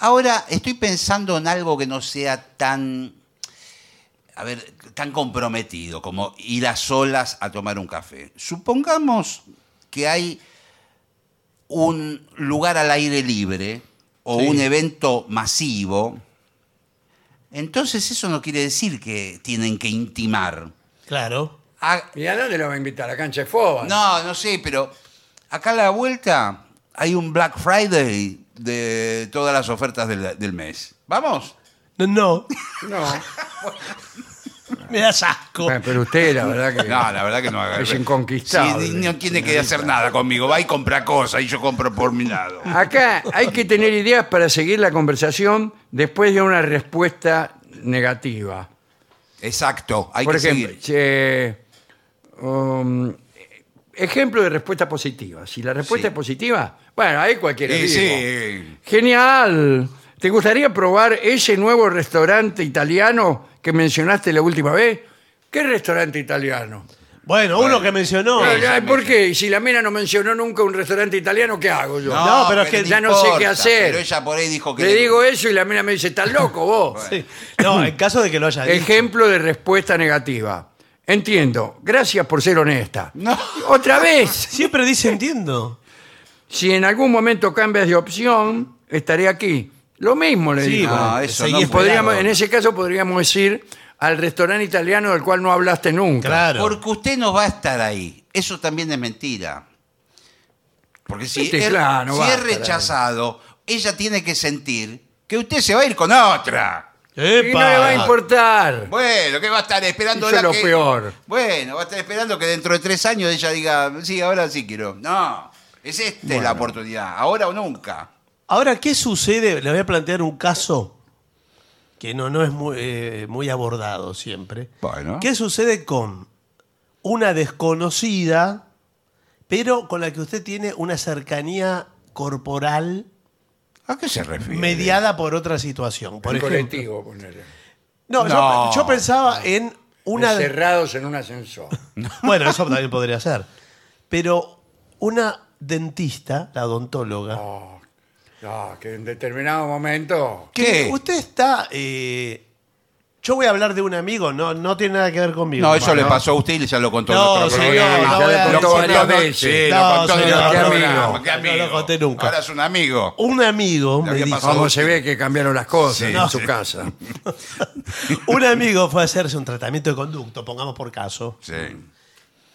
S2: Ahora estoy pensando en algo que no sea tan, a ver, tan comprometido como ir a solas a tomar un café. Supongamos que hay un lugar al aire libre o un evento masivo. Entonces eso no quiere decir que tienen que intimar.
S3: Claro.
S2: Ah,
S1: ¿Y a dónde lo va a invitar? ¿A la cancha de fútbol?
S2: no, no sé, pero acá a la vuelta hay un Black Friday de todas las ofertas del- del mes. ¿Vamos?
S3: No, no. (laughs)
S1: No.
S3: Me das asco.
S1: Bueno, Eh, pero usted, la verdad que...
S2: No, la verdad que no haga.
S1: Es inconquistable.
S2: Sí, no tiene que hacer nada conmigo. Va y compra cosas y yo compro por mi lado.
S1: Acá hay que tener ideas para seguir la conversación después de una respuesta negativa.
S2: Exacto. Hay
S1: Por
S2: que
S1: ejemplo,
S2: seguir.
S1: che, um, ejemplo de respuesta positiva. Si la respuesta
S2: Sí.
S1: es positiva, bueno, ahí cualquiera.
S2: Sí,
S1: digo.
S2: Eh, sí.
S1: Genial. ¿Te gustaría probar ese nuevo restaurante italiano que mencionaste la última vez? ¿Qué restaurante italiano?
S3: Bueno, uno que mencionó.
S1: Ay,
S2: ya
S1: ay,
S2: me
S1: ¿Por
S2: sé.
S1: qué? Y Si la mina no mencionó nunca un restaurante italiano, ¿qué hago yo?
S3: No, pero es que
S1: ya no sé qué hacer.
S2: Pero ella por ahí dijo que.
S1: Le digo eso y la mina me dice, ¿estás loco vos?
S3: Sí. No, en caso de que lo haya dicho.
S1: Ejemplo de respuesta negativa. Entiendo, gracias por ser honesta.
S2: No.
S1: Otra vez,
S3: Siempre dice entiendo.
S1: si en algún momento cambias de opción, estaré aquí. Lo mismo le
S3: Sí,
S1: digo.
S2: No, eso
S3: Seguí
S2: no.
S1: Podríamos, en
S2: claro.
S1: ese caso podríamos decir al restaurante italiano del cual no hablaste nunca.
S3: Claro.
S2: Porque usted no va a estar ahí. Eso también es mentira. Porque si,
S1: Este,
S2: es-
S1: claro, no
S2: si
S1: va a
S2: es
S1: estar ahí.
S2: rechazado, ella tiene que sentir que usted se va a ir con otra.
S1: Y no le va a importar.
S2: Bueno, que va a estar esperando
S1: Eso es
S2: la
S1: lo
S2: que-
S1: peor.
S2: Bueno, va a estar esperando que dentro de tres años ella diga, sí, ahora sí quiero. No, es esta la oportunidad, ahora o nunca.
S3: Ahora, ¿qué sucede? Le voy a plantear un caso que no, no es muy, eh, muy abordado siempre.
S2: Bueno.
S3: ¿Qué sucede con una desconocida, pero con la que usted tiene una cercanía corporal
S2: ¿A qué se refiere?
S3: mediada por otra situación? Por
S1: El
S3: ejemplo,
S1: colectivo, ponele.
S3: No, yo-
S2: No.
S3: Yo, pensaba en una.
S1: Encerrados en un ascensor.
S3: (laughs) Bueno, eso también podría ser. Pero una dentista, la odontóloga.
S1: No, no, que en determinado momento...
S3: que
S2: ¿Qué?
S3: Usted está. eh, yo voy a hablar de un amigo, no, no tiene nada que ver conmigo.
S2: No, eso
S3: hermano.
S2: le pasó a usted y ya lo contó.
S3: No,
S2: en otro
S3: sí,
S1: Sí,
S2: programa.
S3: no,
S1: ya
S3: voy
S1: lo
S3: a
S1: contó
S3: decir
S1: varias
S3: no, no,
S1: veces.
S2: Sí,
S3: No,
S2: lo contó en
S3: señor,
S2: otro
S1: no,
S2: programa,
S1: no,
S2: qué
S3: no lo
S2: amigo.
S3: conté nunca.
S2: Ahora es un amigo.
S3: Un amigo me
S2: había
S3: dijo.
S2: pasado
S1: Como se ve que cambiaron las cosas
S2: Sí,
S1: en
S3: no.
S1: su casa.
S3: (laughs) Un amigo fue a hacerse un tratamiento de conducto, pongamos por caso.
S2: Sí.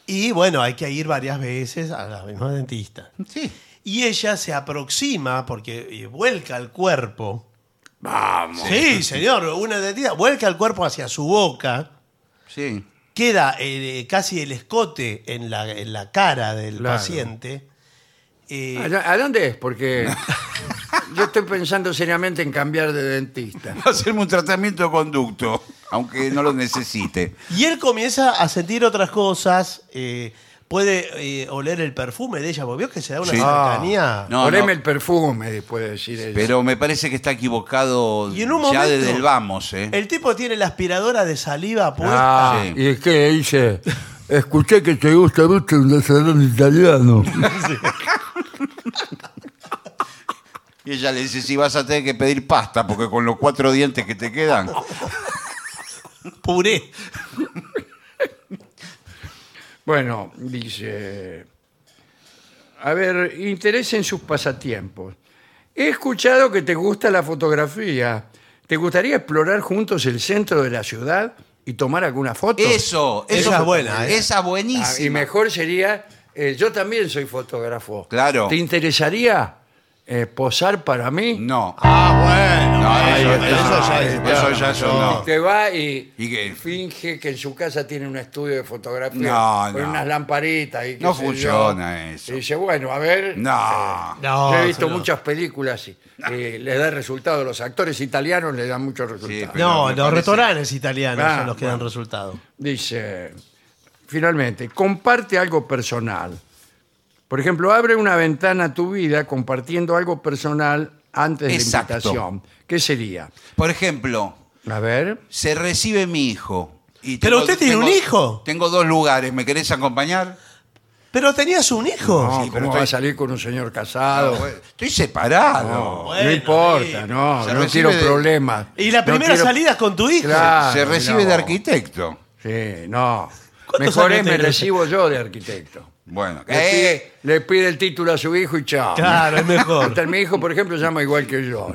S3: Y bueno, hay que ir varias veces a la misma dentista.
S2: Sí.
S3: Y ella se aproxima porque eh, vuelca el cuerpo.
S1: Vamos.
S3: Sí, señor, una dentista vuelca el cuerpo hacia su boca.
S2: Sí.
S3: queda eh, casi el escote en la, en la cara del
S1: Claro.
S3: paciente. Eh,
S1: ¿A, a dónde es? Porque yo estoy pensando seriamente en cambiar de dentista.
S2: Hacerme un tratamiento de conducto, aunque no lo
S3: (laughs)
S2: necesite.
S3: y él comienza a sentir otras cosas. eh, puede eh, oler el perfume de ella, porque vio que se da una
S2: Sí.
S1: Ah.
S3: cercanía.
S2: No,
S1: Oleme
S2: no.
S1: el perfume, después de decir eso.
S2: Pero me parece que está equivocado
S3: Y en un
S2: ya
S3: momento,
S2: desde el vamos, ¿eh?
S3: El tipo tiene la aspiradora de saliva
S1: Ah,
S3: puesta.
S2: Sí.
S1: y es que dice, escuché que te gusta mucho un desodorante
S2: (laughs)
S1: italiano.
S2: Y ella le dice, si vas a tener que pedir pasta, porque con los cuatro dientes que te quedan.
S3: Puré.
S1: Bueno, dice, a ver, interés en sus pasatiempos. He escuchado que te gusta la fotografía. ¿Te gustaría explorar juntos el centro de la ciudad y tomar alguna foto?
S2: Eso, eso.
S3: Esa es buena, ¿eh?
S2: Esa
S1: Ah, y
S2: buenísima.
S1: mejor sería, eh, yo también soy fotógrafo.
S2: Claro.
S1: ¿Te interesaría eh, posar para mí?
S2: No.
S3: Ah,
S2: No, eso-
S3: bueno.
S2: eso ya- eso ya
S3: eso
S2: son- no.
S1: Te va y,
S2: ¿Y qué?
S1: finge que en su casa tiene un estudio de fotografía
S2: No,
S1: con
S2: no.
S1: unas lamparitas. Y qué
S2: No
S1: sé yo.
S2: funciona eso.
S1: Y dice, bueno, a ver. Eh,
S2: No.
S3: No,
S1: yo he visto
S3: señor.
S1: muchas películas y eh, les da resultado. Los actores italianos le dan muchos resultados.
S2: pero
S3: No,
S2: me
S3: los
S2: parece-
S3: restaurantes italianos
S1: Ah,
S3: son los que dan
S1: bueno.
S3: resultado.
S1: Dice, finalmente, comparte algo personal. Por ejemplo, abre una ventana a tu vida compartiendo algo personal antes
S2: Exacto.
S1: de la invitación. ¿Qué sería?
S2: Por ejemplo,
S1: A ver.
S2: se recibe mi hijo. y
S3: Pero usted tiene un hijo.
S2: Tengo dos lugares, ¿me querés acompañar?
S3: Pero tenías un hijo.
S1: No,
S2: Oh, sí, pero
S1: ¿Cómo va
S2: estoy-
S1: a salir con un señor casado?
S2: Estoy separado.
S1: No,
S3: Bueno,
S1: no importa,
S3: sí.
S1: no,
S2: Se
S1: no
S2: recibe
S1: quiero
S2: de-
S1: problemas.
S3: Y la
S1: No
S3: primera
S1: quiero-
S3: salida es con tu hijo.
S1: Claro,
S2: se recibe
S1: no.
S2: de arquitecto.
S1: Sí, no.
S3: ¿Cuántos
S1: Mejor
S3: años
S1: es me
S3: tenés?
S1: recibo yo de arquitecto.
S2: Bueno,
S1: Le,
S2: eh,
S1: pide, le pide el título a su hijo y chao.
S3: Claro, es mejor.
S1: Hasta mi hijo, por ejemplo, llama igual que yo.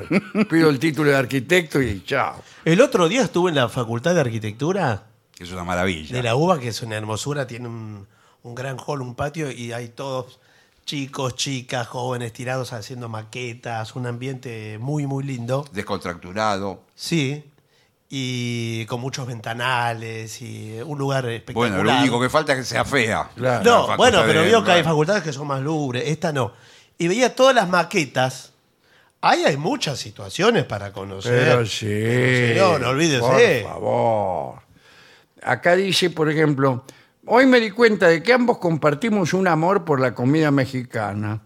S1: Pido el título de arquitecto y chao.
S3: El otro día estuve en la Facultad de Arquitectura
S2: que es una maravilla.
S3: de la UBA, que es una hermosura, tiene un, un gran hall, un patio, y hay todos chicos, chicas, jóvenes tirados haciendo maquetas, un ambiente muy, muy lindo.
S2: Descontracturado.
S3: Sí, y con muchos ventanales y un lugar espectacular.
S2: Bueno, lo único que falta es que sea fea.
S1: Claro.
S2: La
S3: No,
S2: facultad
S3: bueno, pero
S2: de-
S3: vio que hay facultades que son más lubres, esta no. Y veía todas las maquetas. Ahí hay muchas situaciones para conocer.
S1: Pero sí.
S3: Señor, olvídese.
S1: Por favor. Acá dice, por ejemplo, hoy me di cuenta de que ambos compartimos un amor por la comida mexicana.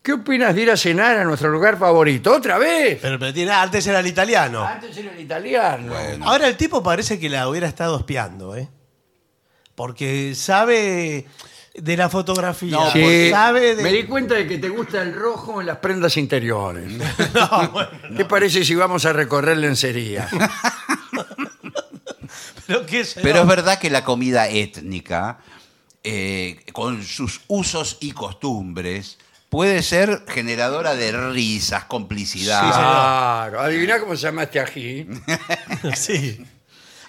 S1: ¿Qué opinas de ir a cenar a nuestro lugar favorito? ¿Otra vez?
S3: Pero, pero tiene- ah, antes era el italiano.
S1: Antes era el italiano.
S3: Ah, Ahora el tipo parece que la hubiera estado espiando, ¿eh? Porque sabe de la fotografía,
S2: No,
S1: Sí,
S3: porque sabe de...
S1: Me di cuenta de que te gusta el rojo en las prendas
S3: (laughs)
S1: interiores. ¿Qué parece si vamos a recorrer lencería?
S3: Pero, qué sé
S2: Pero
S3: yo.
S2: es verdad que la comida étnica, eh, con sus usos y costumbres, puede ser generadora de risas, complicidad.
S3: Sí,
S1: Claro. Adiviná cómo se llama este ají.
S3: Sí.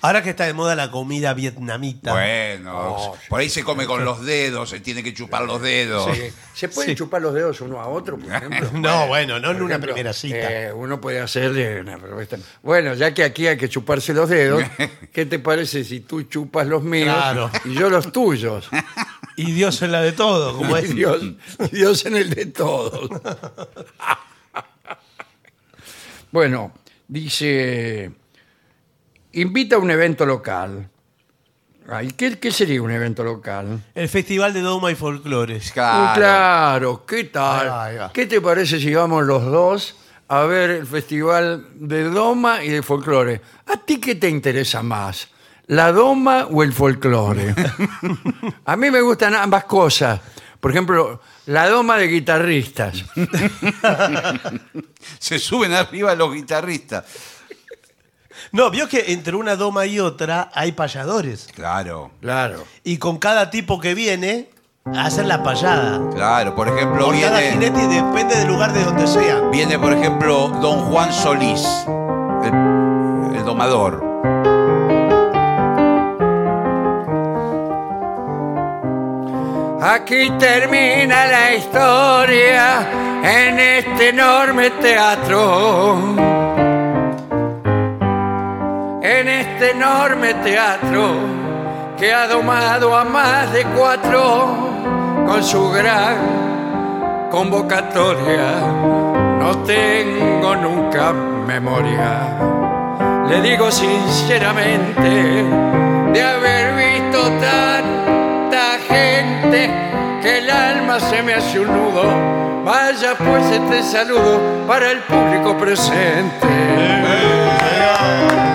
S3: Ahora que está de moda la comida vietnamita.
S2: Bueno,
S1: Oh,
S2: por ahí se come con los dedos, se tiene que chupar los dedos.
S1: Sí. Eh, ¿Se pueden
S3: Sí.
S1: chupar los dedos uno a otro, por
S3: (laughs)
S1: ejemplo?
S3: (laughs) No, bueno, no en
S1: Por
S3: una
S1: ejemplo,
S3: primera cita.
S1: eh, uno puede hacerle una propuesta. Bueno, ya que aquí hay que chuparse los
S3: (laughs)
S1: dedos, ¿qué te parece si tú chupas los míos
S3: Claro.
S1: y yo los tuyos?
S3: Y Dios en la de todo, como
S1: Ay,
S3: es.
S1: Dios, Dios en el de todos. (laughs) bueno, dice, invita a un evento local. Ay, ¿qué, qué sería un evento local?
S3: El Festival de Doma y Folclores.
S1: Claro,
S2: (laughs) Claro.
S1: claro ¿qué tal?
S3: Ahí va, ahí va.
S1: ¿Qué te parece si vamos los dos a ver el festival de Doma y de folclore. ¿A ti qué te interesa más? ¿La Doma o el
S3: (laughs)
S1: folclore? a mí me gustan ambas cosas. Por ejemplo, la Doma de guitarristas.
S2: Se suben arriba los guitarristas.
S3: No, vio que entre una doma y otra hay payadores.
S2: Claro,
S1: Claro.
S3: Y con cada tipo que viene, hacen la payada.
S2: claro. Por ejemplo,
S3: Por cada
S2: viene,
S3: jinete y depende del lugar de donde sea.
S2: viene, por ejemplo, don Juan Solís, el, el domador.
S1: Aquí termina la historia en este enorme teatro. En este enorme teatro que ha domado a más de cuatro con su gran convocatoria. No tengo nunca memoria. Le digo sinceramente de haber visto tanta gente que el alma se me hace un nudo. Vaya pues este saludo para el público presente. (laughs)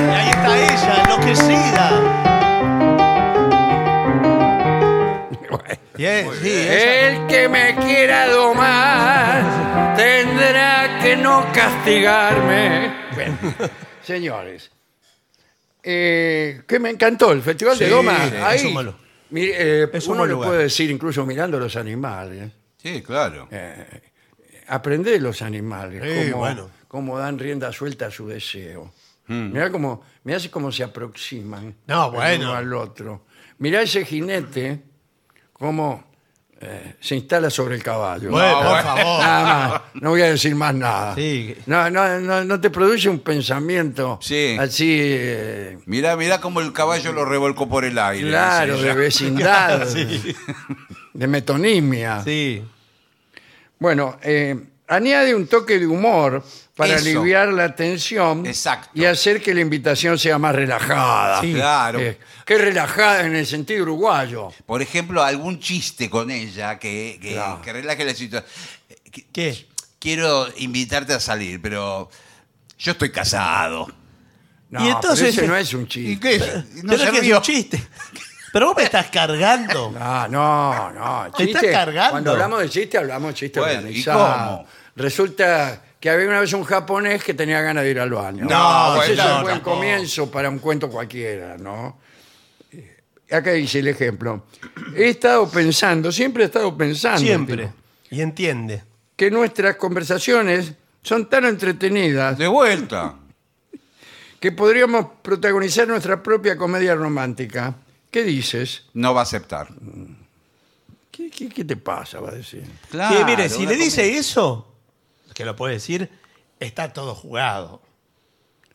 S3: Y ahí está ella, enloquecida. Bien, sí, ella.
S1: El que me quiera domar tendrá que no castigarme. Bueno, (laughs) señores, eh, que me encantó el Festival de
S3: Sí,
S1: Doma.
S3: sí, es
S1: Ahí,
S3: un malo.
S1: mi- eh,
S3: Es un
S1: uno
S3: buen
S1: lo
S3: lugar.
S1: puede decir incluso mirando los animales.
S2: Sí, claro.
S1: Eh. Aprende de los animales,
S3: Sí,
S1: cómo,
S3: bueno. Hmm.
S1: cómo dan rienda suelta a su deseo. Mirá cómo, mirá así cómo se aproximan
S3: No,
S1: el
S3: bueno.
S1: uno al otro. Mirá ese jinete cómo eh, se instala sobre el caballo.
S3: Bueno,
S2: No,
S3: por
S2: bueno. Ah.
S3: favor.
S1: Nada más, no voy a decir más nada.
S3: Sí.
S1: No, no, no, no te produce un pensamiento
S2: Sí.
S1: así, eh,
S2: Mirá, mirá cómo el caballo lo revolcó por el aire.
S1: claro,
S2: dice
S1: de
S2: ella.
S1: vecindad,
S3: (laughs) Sí.
S1: de metonimia.
S3: Sí.
S1: Bueno, eh, añade un toque de humor para
S2: Eso.
S1: aliviar la tensión
S2: Exacto.
S1: y hacer que la invitación sea más relajada.
S3: Sí.
S2: Claro.
S1: Eh, que relajada en el sentido uruguayo.
S2: Por ejemplo, algún chiste con ella que, que,
S1: Claro.
S2: que relaje la situación. Eh,
S3: ¿Qué?
S2: Quiero invitarte a salir, pero yo estoy casado.
S1: No,
S3: Y
S1: pero
S3: entonces-
S1: ese no es un chiste.
S2: No
S3: Pero
S2: se
S3: es que es
S2: rió.
S3: un chiste. Pero vos me estás
S2: (laughs)
S3: cargando.
S1: Ah, no, no.
S3: Te estás cargando.
S1: Cuando hablamos de chiste, hablamos de chiste
S2: Bueno, ¿y
S1: organizado.
S2: cómo?
S1: Resulta que había una vez un japonés que tenía ganas de ir al baño. Ah,
S2: No,
S1: Ese
S2: bueno,
S1: es un
S2: no,
S1: buen
S2: tampoco.
S1: comienzo para un cuento cualquiera, ¿no? Eh, Acá dice el ejemplo. He estado pensando, siempre he estado pensando.
S3: Siempre.
S1: tipo,
S3: Y entiende.
S1: Que nuestras conversaciones son tan entretenidas
S2: De vuelta.
S1: que podríamos protagonizar nuestra propia comedia romántica. ¿Qué dices?
S2: No va a aceptar.
S1: ¿Qué, qué- qué te pasa? Va a decir.
S2: Claro,
S3: Sí, mire, si
S2: una
S3: le dice
S2: comida.
S3: eso, que lo puede decir, está todo jugado.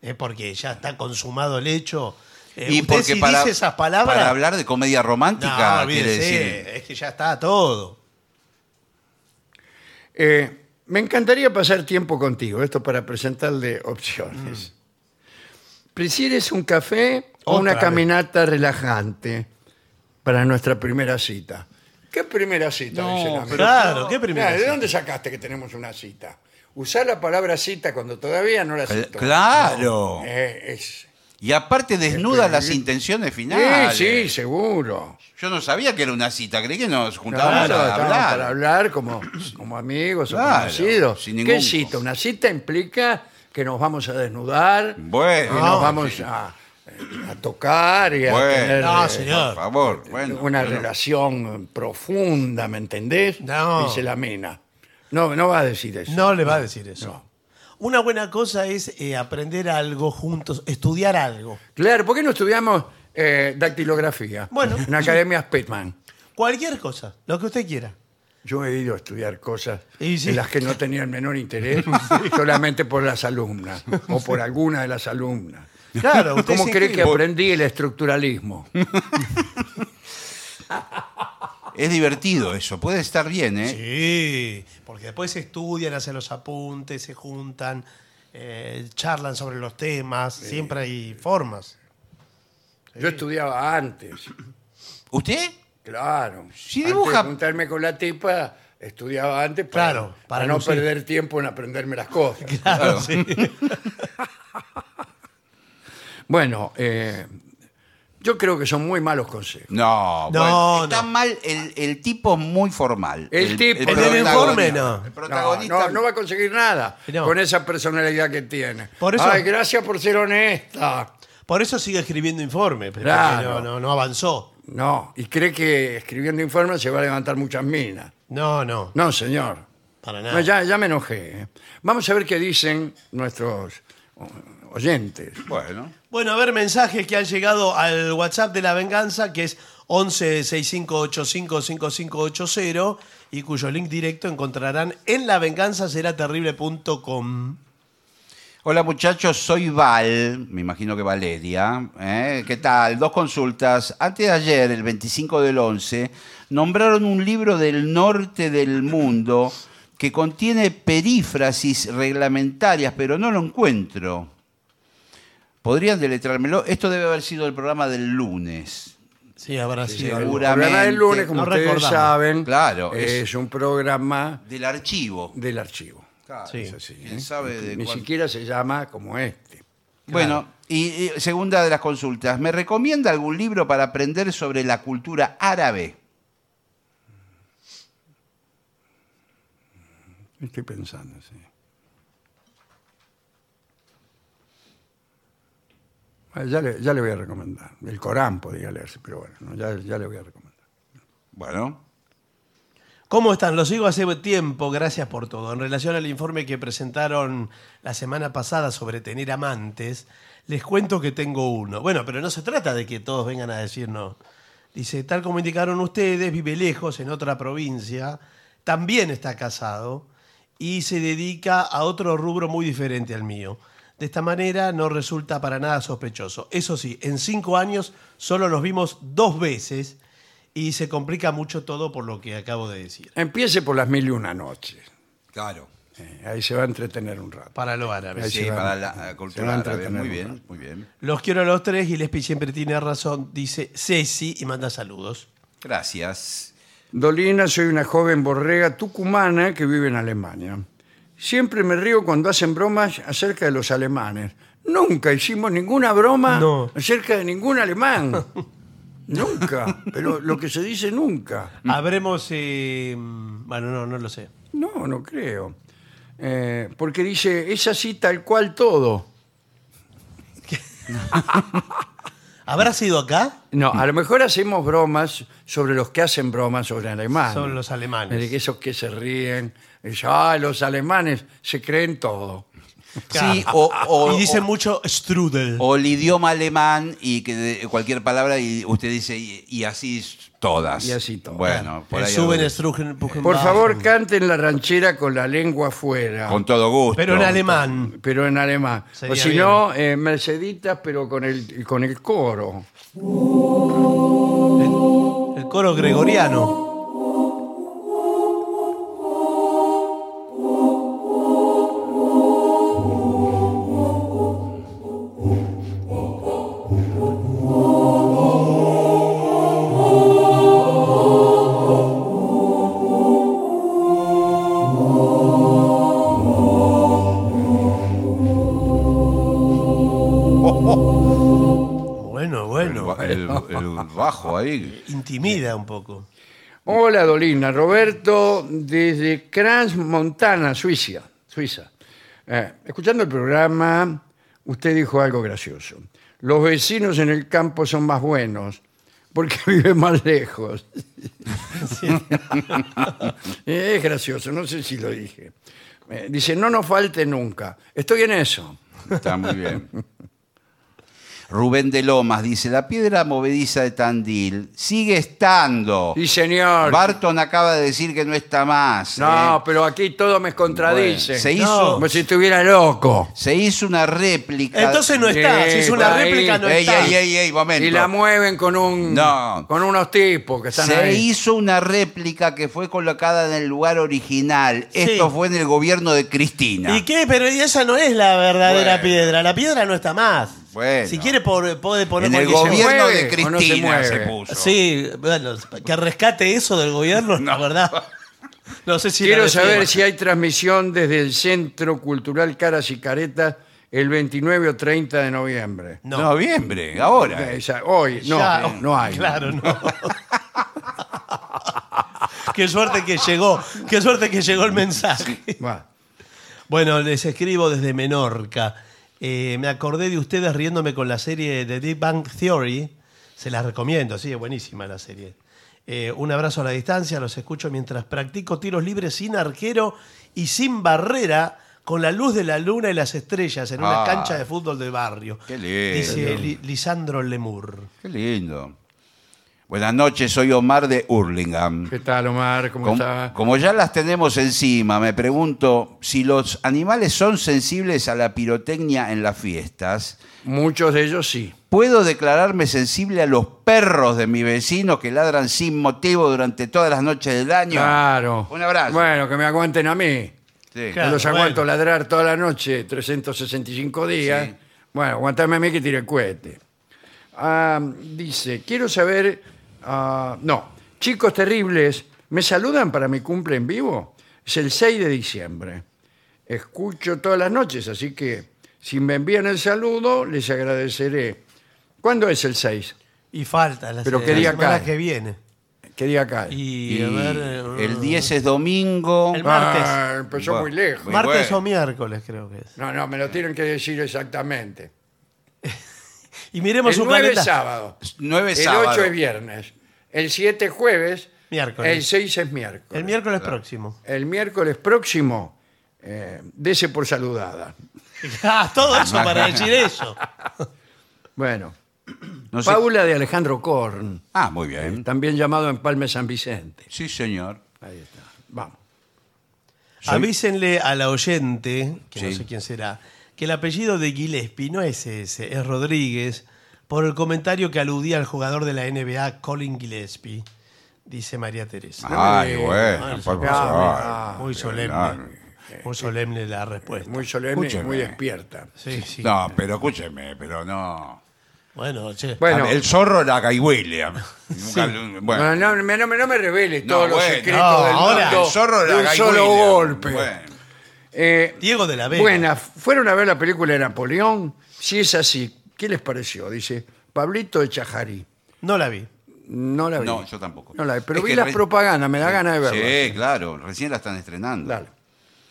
S3: Es porque ya está consumado el hecho. Eh,
S2: Y
S3: usted
S2: porque
S3: si
S2: para,
S3: dice esas palabras.
S2: para hablar de comedia romántica,
S3: no,
S2: quiere
S3: olvídese,
S2: decir.
S3: es que ya está todo.
S1: Eh, me encantaría pasar tiempo contigo, esto para presentarle opciones. ¿Prefieres un café o
S3: Otra
S1: una
S3: vez.
S1: caminata relajante para nuestra primera cita? ¿Qué primera cita?
S2: No,
S1: dice la
S2: pero
S1: amiga?
S3: claro, ¿qué primera
S1: Mira, ¿De
S3: cita?
S1: dónde sacaste que tenemos una cita? Usar la palabra cita cuando todavía no la
S2: Cl-
S1: citó.
S2: Claro.
S1: Eh, es-
S2: Y aparte desnuda las intenciones
S1: Sí,
S2: finales.
S1: sí, seguro.
S2: Yo no sabía que era una cita, creí que nos juntábamos
S1: Claro,
S2: a
S1: estábamos
S2: hablar.
S1: para hablar como, como amigos o
S2: Claro,
S1: conocidos.
S2: sin
S1: ¿Qué
S2: ningún-
S1: cita? Una cita implica que nos vamos a desnudar, que
S2: Bueno,
S1: nos vamos a, a tocar y a
S2: Ah, Bueno.
S1: tener
S3: No,
S1: eh,
S2: por
S3: señor.
S2: favor. Bueno,
S1: una
S2: pero-
S1: relación profunda, ¿me entendés?
S3: No.
S1: Dice la mina. No, no va a decir eso.
S3: No le va a decir eso.
S1: No.
S3: Una buena cosa es eh, aprender algo juntos, estudiar algo.
S1: Claro, ¿por qué no estudiamos eh, dactilografía?
S3: Bueno.
S1: En Academia Spitman.
S3: Cualquier cosa, lo que usted (laughs) quiera.
S1: Yo he ido a estudiar cosas
S3: Y sí.
S1: en las que no tenía el menor
S3: (laughs)
S1: interés, solamente por las alumnas o por alguna de las alumnas.
S3: Claro, usted
S1: ¿Cómo
S3: se
S1: cree que
S3: inscribe.
S1: aprendí el estructuralismo?
S2: Es divertido eso, puede estar bien, ¿eh?
S3: Sí, porque después se estudian, hacen los apuntes, se juntan, eh, charlan sobre los temas, siempre hay (laughs) formas.
S1: Yo estudiaba antes,
S2: ¿Usted?
S1: claro.
S2: Sí,
S1: Antes de
S2: dibuja.
S1: juntarme con la tipa, estudiaba antes para,
S3: Claro, para
S1: para no
S3: lucir.
S1: perder tiempo en aprenderme las cosas.
S3: Claro, sí.
S1: Bueno, eh, yo creo que son muy malos consejos.
S2: No,
S3: No,
S2: bueno,
S3: no.
S2: está mal el, el tipo es muy formal.
S1: El tipo. El del
S2: protagonista.
S3: informe, no.
S2: El
S1: No,
S2: protagonista.
S1: no, no va a conseguir nada
S3: No.
S1: con esa personalidad que tiene.
S3: Por eso-
S1: Ay, gracias por ser honesta.
S3: Por eso sigue escribiendo informes, pero
S1: Claro.
S3: no, no, no avanzó.
S1: No, y cree que escribiendo informes se va a levantar muchas minas.
S3: No, no,
S1: No, señor.
S3: para nada.
S1: No, ya, ya me enojé. ¿eh? Vamos a ver qué dicen nuestros o- oyentes.
S2: Bueno.
S3: Bueno, a ver, mensajes que han llegado al WhatsApp de la venganza, que es 11-6585-5580 y cuyo link directo encontrarán en lavenganzaseraterrible.com.
S2: Hola muchachos, soy Val, me imagino que Valeria. ¿eh? ¿Qué tal? Dos consultas. Antes de ayer, el 25 del 11, nombraron un libro del norte del mundo que contiene perífrasis reglamentarias, pero no lo encuentro. ¿Podrían deletrármelo? Esto debe haber sido el programa del lunes.
S3: Sí, habrá sido.
S2: seguro.
S1: El programa del lunes, como
S3: No
S1: ustedes
S3: recordamos.
S1: saben,
S2: Claro,
S1: es,
S2: es-
S1: un programa
S2: Del archivo.
S1: del archivo.
S3: Sí.
S1: Es así,
S2: ¿Quién
S1: ¿eh?
S2: sabe de
S1: Ni
S2: cuál-
S1: siquiera se llama como este.
S2: Bueno, y, y segunda de las consultas, ¿me recomienda algún libro para aprender sobre la cultura árabe?
S1: Estoy pensando, sí. Ah, Ya le, ya le voy a recomendar. El Corán podría leerse, pero bueno, no, ya, ya le voy a recomendar.
S2: Bueno.
S3: ¿Cómo están? Los sigo hace tiempo, gracias por todo. En relación al informe que presentaron la semana pasada sobre tener amantes, les cuento que tengo uno. Bueno, pero no se trata de que todos vengan a decirnos. Dice, tal como indicaron ustedes, vive lejos, en otra provincia, también está casado y se dedica a otro rubro muy diferente al mío. De esta manera no resulta para nada sospechoso. Eso sí, en cinco años solo nos vimos dos veces y se complica mucho todo por lo que acabo de decir.
S1: Empiece por las mil y una noches.
S2: Claro.
S1: Eh, ahí se va a entretener un rato.
S3: Para lo árabe.
S1: Sí,
S2: Sí,
S1: se van-
S2: para la eh,
S1: se
S2: cultura
S1: van
S2: árabe. Muy
S1: entreteniendo.
S2: bien, muy bien.
S3: Los quiero a los tres y Lespi siempre tiene razón, dice Ceci y manda saludos.
S2: Gracias.
S1: Dolina, soy una joven borrega tucumana que vive en Alemania. Siempre me río cuando hacen bromas acerca de los alemanes. Nunca hicimos ninguna broma
S3: No.
S1: acerca de ningún alemán. (laughs) nunca, pero lo que se dice nunca.
S3: Habremos... eh, bueno, no, no lo sé.
S1: No, no creo. Eh, porque dice, es así tal cual todo.
S3: ¿Habrá sido acá?
S1: No, a lo mejor hacemos bromas sobre los que hacen bromas sobre alemanes.
S3: Sobre los alemanes.
S1: Eh, Esos Ah, que se ríen. Dice, "Ah, los alemanes se creen todo.
S3: (laughs)
S2: Sí, o, o-
S3: y dicen
S2: o-
S3: mucho strudel.
S1: Oh,
S2: o el idioma alemán y que de- cualquier palabra y usted dice y, y así s- todas.
S1: Y así todas.
S2: Bueno, por
S3: El
S2: ahí.
S3: Eh, suben
S2: algo-
S3: Strudel, Puchen,
S1: Por
S3: Baum.
S1: favor, canten la ranchera con la lengua afuera,
S2: Con todo gusto.
S3: Pero en alemán.
S1: pero en alemán.
S3: Sería
S1: o si
S3: bien.
S1: no, eh, merceditas, pero con el, con el coro.
S3: El coro gregoriano. Bueno,
S2: El,
S3: bueno.
S2: ba- el- el bajo ahí.
S3: Intimida un poco.
S1: Hola, Dolina. Roberto, desde Crans, Montana, Suiza. Suiza. Eh, escuchando el programa, usted dijo algo gracioso. Los vecinos en el campo son más buenos porque (laughs) viven más lejos. (laughs) es gracioso, no sé si lo dije. Eh, dice, no nos falte nunca. Estoy en eso.
S2: Está muy bien. Rubén de Lomas dice, la piedra movediza de Tandil sigue estando.
S1: Sí, señor.
S2: Barton acaba de decir que no está más.
S1: no,
S2: ¿eh?
S1: pero aquí todo me contradice.
S2: Bueno, se hizo-
S1: Como si estuviera loco.
S2: Se hizo una réplica.
S3: Entonces no está. Si es una
S1: Sí,
S3: réplica, no
S2: ey,
S3: está.
S2: ey, ey, ey, momento.
S1: Y la mueven con un
S2: No.
S1: con unos tipos que están
S2: Se
S1: ahí.
S2: hizo una réplica que fue colocada en el lugar original.
S3: Sí.
S2: Esto fue en el gobierno de Cristina.
S3: ¿Y qué? Pero esa no es la verdadera
S2: Bueno.
S3: piedra. La piedra no está más.
S2: Bueno.
S3: Si quiere por- puede poner
S2: en el
S3: cualquier-
S1: se
S2: gobierno
S1: mueve
S2: de
S1: o no se
S2: Cristina
S1: mueve.
S2: se puso. (laughs)
S3: Sí, bueno, que rescate eso del gobierno, la verdad. No sé si la
S1: Quiero
S3: de
S1: saber
S3: Fiebre.
S1: si hay transmisión desde el Centro Cultural Caras y Caretas el 29 o 30 de noviembre.
S3: No.
S2: Noviembre, ahora.
S1: Eh, ya- hoy, no, eh,
S3: Ya,
S2: eh,
S1: no hay.
S3: Claro, no. (laughs) Qué suerte que llegó, qué suerte que llegó el mensaje.
S1: Va.
S3: Bueno, les escribo desde Menorca. Eh, me acordé de ustedes riéndome con la serie de Big Bang Theory. Se las recomiendo, sí, es buenísima la serie. Eh, un abrazo a la distancia, los escucho mientras practico tiros libres sin arquero y sin barrera, con la luz de la luna y las estrellas en una
S2: Ah.
S3: cancha de fútbol de barrio.
S2: Qué lindo.
S3: Dice Li- Lisandro Lemur.
S2: Qué lindo. Buenas noches, soy Omar de Hurlingham.
S1: ¿Qué tal, Omar? ¿Cómo,
S2: Como,
S1: está?
S2: como ya las tenemos encima, me pregunto si los animales son sensibles a la pirotecnia en las fiestas.
S1: Muchos de ellos sí.
S2: ¿Puedo declararme sensible a los perros de mi vecino que ladran sin motivo durante todas las noches del año?
S1: Claro.
S2: Un abrazo.
S1: Bueno, que me aguanten a mí.
S2: Sí.
S3: Claro,
S1: no los aguanto
S3: bueno.
S1: ladrar toda la noche, 365 días.
S2: Sí.
S1: Bueno, aguantame a mí que tire el cohete. Ah, dice, quiero saber... ah, no, chicos terribles, ¿me saludan para mi cumple en vivo? Es el 6 de diciembre. Escucho todas las noches, así que si me envían el saludo, les agradeceré. ¿Cuándo es el 6?
S3: Y falta la,
S1: Pero
S3: se-
S1: qué
S3: la
S1: día
S3: semana
S1: cae.
S3: que viene.
S1: ¿Qué día cae?
S3: Y,
S2: Y
S3: a ver,
S1: uh,
S3: eh,
S2: el 10 es domingo.
S3: El martes.
S1: Ah, empezó
S2: Bueno,
S1: muy lejos.
S2: muy
S3: martes
S2: bueno.
S3: o miércoles creo que es.
S1: No, no, me lo tienen que decir exactamente.
S3: Y miremos
S1: El
S3: un
S1: 9 es
S3: planeta.
S1: sábado.
S2: 9
S1: El 8 es viernes. El 7 es jueves.
S3: Miércoles.
S1: El 6 es miércoles.
S3: El miércoles próximo. (laughs)
S1: El miércoles próximo, eh, dese por saludada.
S3: Ah, todo eso
S1: (laughs)
S3: para decir eso.
S1: Bueno,
S2: No sé-
S1: Paula de Alejandro Korn, Eh,
S2: Ah, muy bien.
S1: también llamado Empalme San Vicente.
S2: Sí, señor.
S1: Ahí está. Vamos.
S3: Avísenle a la oyente, que no
S2: Sí.
S3: sé quién será, que el apellido de Gillespie no es ese, es Rodríguez, por el comentario que aludía al jugador de la NBA, Colin Gillespie, dice María Teresa.
S2: Ay,
S1: diga.
S2: bueno, por
S1: Ah,
S2: favor.
S1: ah, eh,
S3: muy solemne. Muy solemne la respuesta.
S1: Muy solemne, y
S2: Escúcheme.
S1: muy despierta.
S3: Sí, sí.
S2: No, pero escúcheme, pero no.
S3: Bueno, che.
S1: Bueno,
S2: el zorro la Guy William. Nunca-
S1: no,
S2: Bueno,
S1: no, no, me- no me- no me revele
S2: No,
S1: todos los
S2: bueno.
S1: secretos
S3: No,
S1: del
S3: ahora,
S1: mundo
S2: el zorro
S1: de
S2: la
S1: un
S2: Guy
S1: solo
S2: William.
S1: golpe.
S2: Bueno,
S1: Eh,
S3: Diego de la Vega.
S1: Buena, ¿fueron a ver la película de Napoleón? Si es así, ¿qué les pareció? Dice, Pablito de Chajarí.
S3: No la vi.
S1: No la vi.
S2: No, yo tampoco.
S1: No la vi, pero
S2: Es
S1: vi
S2: que
S1: las
S2: re-
S1: propagandas, me da ganas de verlas.
S2: sí, claro, recién la están estrenando.
S1: Dale.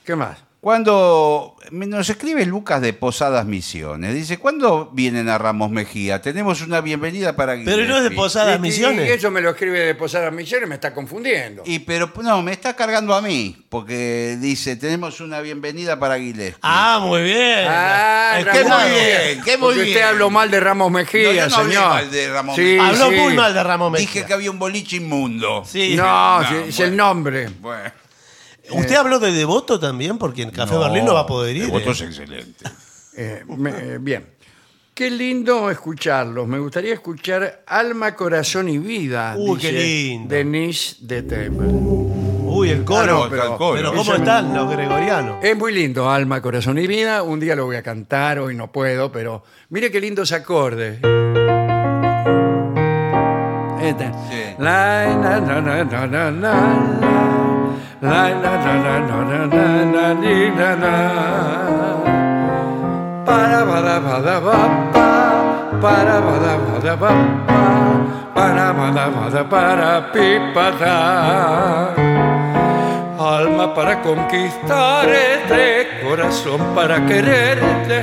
S1: ¿Qué más?
S2: Cuando me- nos escribe Lucas de Posadas Misiones, dice, ¿cuándo vienen a Ramos Mejía? Tenemos una bienvenida para
S3: Pero no es de
S2: Gillespie".
S3: Posadas
S1: Y- Y,
S3: Misiones.
S1: eso me lo escribe de Posadas Misiones, me está confundiendo.
S2: Y pero no, me está cargando a mí, porque dice, tenemos una bienvenida para Gillespie.
S3: Ah, muy bien.
S1: Ah,
S3: Es
S2: qué
S1: Ramón,
S2: muy bien, qué muy
S1: porque usted
S2: bien.
S1: habló mal de Ramos Mejía,
S2: No, yo no hablé
S1: señor.
S2: mal de Ramos
S1: Sí,
S2: Mejía.
S3: Habló
S1: sí.
S3: muy mal de Ramón Mejía.
S2: Dije que había un boliche inmundo.
S3: Sí.
S1: No,
S2: No,
S1: sí, es el
S2: bueno.
S1: nombre.
S2: Bueno.
S3: ¿Usted habló de Devoto también? Porque en Café Berlín no va a poder ir.
S2: El voto
S3: ¿eh?
S2: es excelente.
S1: Eh, me- eh, bien. Qué lindo escucharlos. Me gustaría escuchar Alma, Corazón y Vida.
S3: Uy,
S1: dice
S3: qué lindo.
S1: Denise de Temer.
S3: Uy, el coro.
S1: Ah, no,
S3: pero,
S1: pero-
S3: pero ¿cómo
S1: Ese-
S3: están los
S1: (laughs)
S3: gregorianos?
S1: Es muy lindo, Alma, Corazón y Vida. Un día lo voy a cantar, hoy no puedo, pero mire qué lindos acordes. Esta.
S2: Sí.
S1: Este. La, la, la, la, la, la, la, la. La, la, la, la, la, la, la, la, li, la, la. Para, para, para, pa, pa. Para, para, para, pa, pa. Para, para, para, para, pi, pa, ta. Alma para conquistarte, corazón para quererte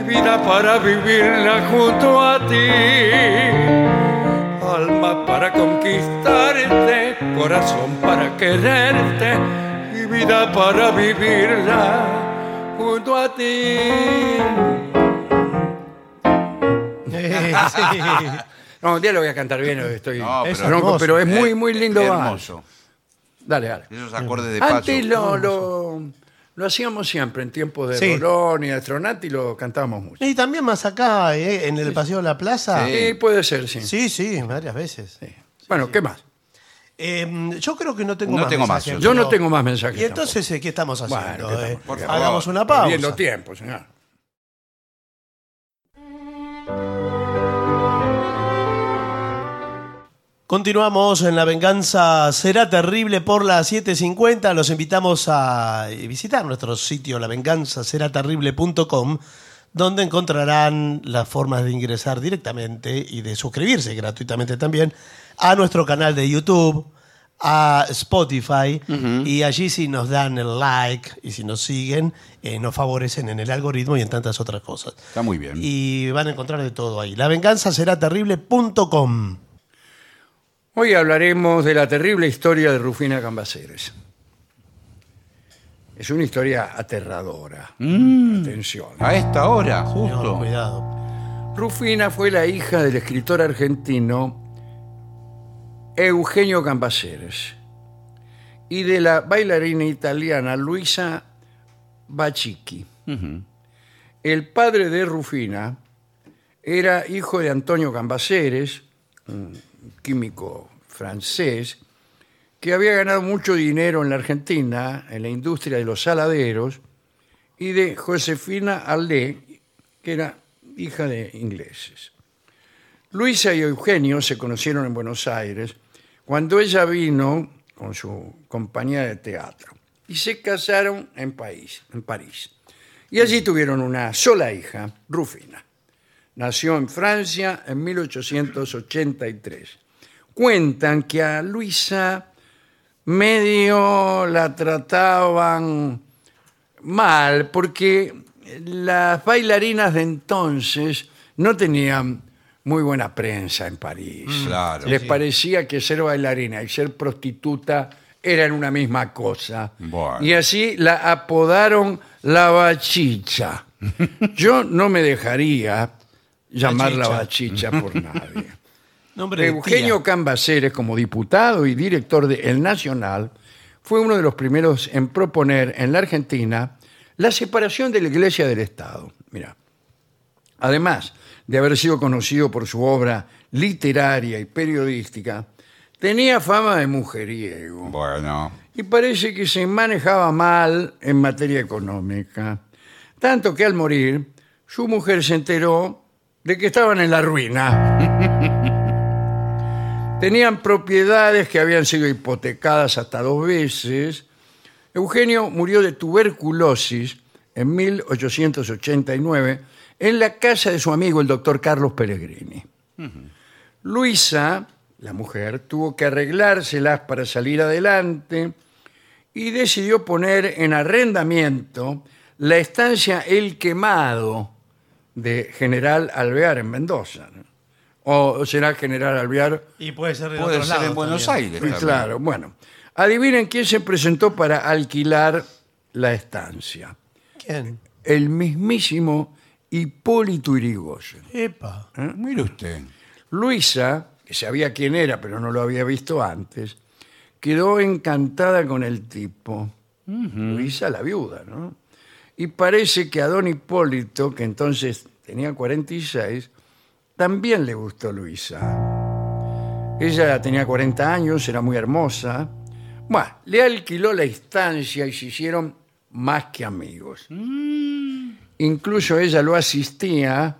S1: y vida para vivirla junto a ti. Alma para conquistarte, corazón para quererte y vida para vivirla junto a ti.
S3: Eh, sí.
S1: No, un día lo voy a cantar bien, hoy estoy
S2: No, pero-
S1: es
S2: hermoso.
S1: bronco, pero, es muy, muy lindo.
S2: Qué
S1: vals.
S2: hermoso.
S1: Dale, dale.
S2: Esos acordes de paso.
S1: Antes lo, lo, lo hacíamos siempre, en tiempos de
S3: Sí.
S1: Rolón y de Astronati lo cantábamos mucho.
S3: y también más acá, eh, en el Paseo de la Plaza.
S2: Sí.
S1: Sí, puede ser, sí.
S3: Sí, sí, varias veces.
S1: Bueno, ¿qué más?
S3: Eh, yo creo que no tengo
S2: No
S3: más.
S2: tengo más,
S3: mensajes,
S1: Yo
S3: pero-
S1: no tengo más mensajes.
S3: Y entonces, eh, ¿qué estamos
S1: Bueno,
S3: haciendo?
S1: ¿qué estamos?
S3: eh?
S2: Por favor.
S3: Hagamos una
S1: tampoco.
S3: pausa.
S1: Perdiendo tiempo, señor.
S3: Continuamos en La Venganza Será Terrible por las 7.50. Los invitamos a visitar nuestro sitio lavenganzaseraterrible.com donde encontrarán las formas de ingresar directamente y de suscribirse gratuitamente también a nuestro canal de YouTube, a Spotify, y allí si nos dan el like y si nos siguen, eh, nos favorecen en el algoritmo y en tantas otras cosas.
S2: Está muy bien.
S3: Y van a encontrar de todo ahí. Lavenganzaseraterrible.com.
S1: Hoy hablaremos de la terrible historia de Rufina Cambaceres. Es una historia aterradora. Atención. ¿eh?
S2: A esta hora, justo.
S3: Señor, Cuidado.
S1: Rufina fue la hija del escritor argentino Eugenio Cambaceres y de la bailarina italiana Luisa Bacicchi. El padre de Rufina era hijo de Antonio Cambaceres, un químico francés, que había ganado mucho dinero en la Argentina, en la industria de los saladeros, y de Josefina Alé, que era hija de ingleses. Luisa y Eugenio se conocieron en Buenos Aires cuando ella vino con su compañía de teatro y se casaron en, país, en París. Y allí tuvieron una sola hija, Rufina. Nació en Francia en 1883. Cuentan que a Luisa medio la trataban mal porque las bailarinas de entonces no tenían muy buena prensa en París.
S2: Claro.
S1: Les parecía que ser bailarina y ser prostituta eran una misma cosa.
S2: Bueno.
S1: Y así la apodaron la bachicha. Yo no me dejaría llamar la bachicha por nadie.
S3: Nombre de
S1: Eugenio
S3: tía.
S1: Cambaceres, como diputado y director de El Nacional, fue uno de los primeros en proponer en la Argentina la separación de la Iglesia del Estado. Mira, además de haber sido conocido por su obra literaria y periodística, tenía fama de mujeriego
S2: Bueno.
S1: y parece que se manejaba mal en materia económica. Tanto que al morir, su mujer se enteró de que estaban en la ruina. (laughs) Tenían propiedades que habían sido hipotecadas hasta dos veces. Eugenio murió de tuberculosis en 1889 en la casa de su amigo el doctor Carlos Pellegrini. Luisa, la mujer, tuvo que arreglárselas para salir adelante y decidió poner en arrendamiento la estancia El Quemado de General Alvear en Mendoza. ¿no? O será General Alvear.
S3: Y puede ser de
S2: Puede
S3: otros
S2: ser en
S3: lados
S2: Buenos
S3: también.
S2: Aires.
S1: Claro.
S2: también.
S1: bueno. Adivinen quién se presentó para alquilar la estancia.
S3: ¿Quién?
S1: El mismísimo Hipólito Irigoyen.
S3: Epa.
S2: ¿Eh? Mire usted.
S1: Luisa, que sabía quién era, pero no lo había visto antes, quedó encantada con el tipo. Luisa, la viuda, ¿no? Y parece que a don Hipólito, que entonces tenía 46, también le gustó Luisa. Ella tenía 40 años, era muy hermosa. Bueno, le alquiló la estancia y se hicieron más que amigos. Incluso ella lo asistía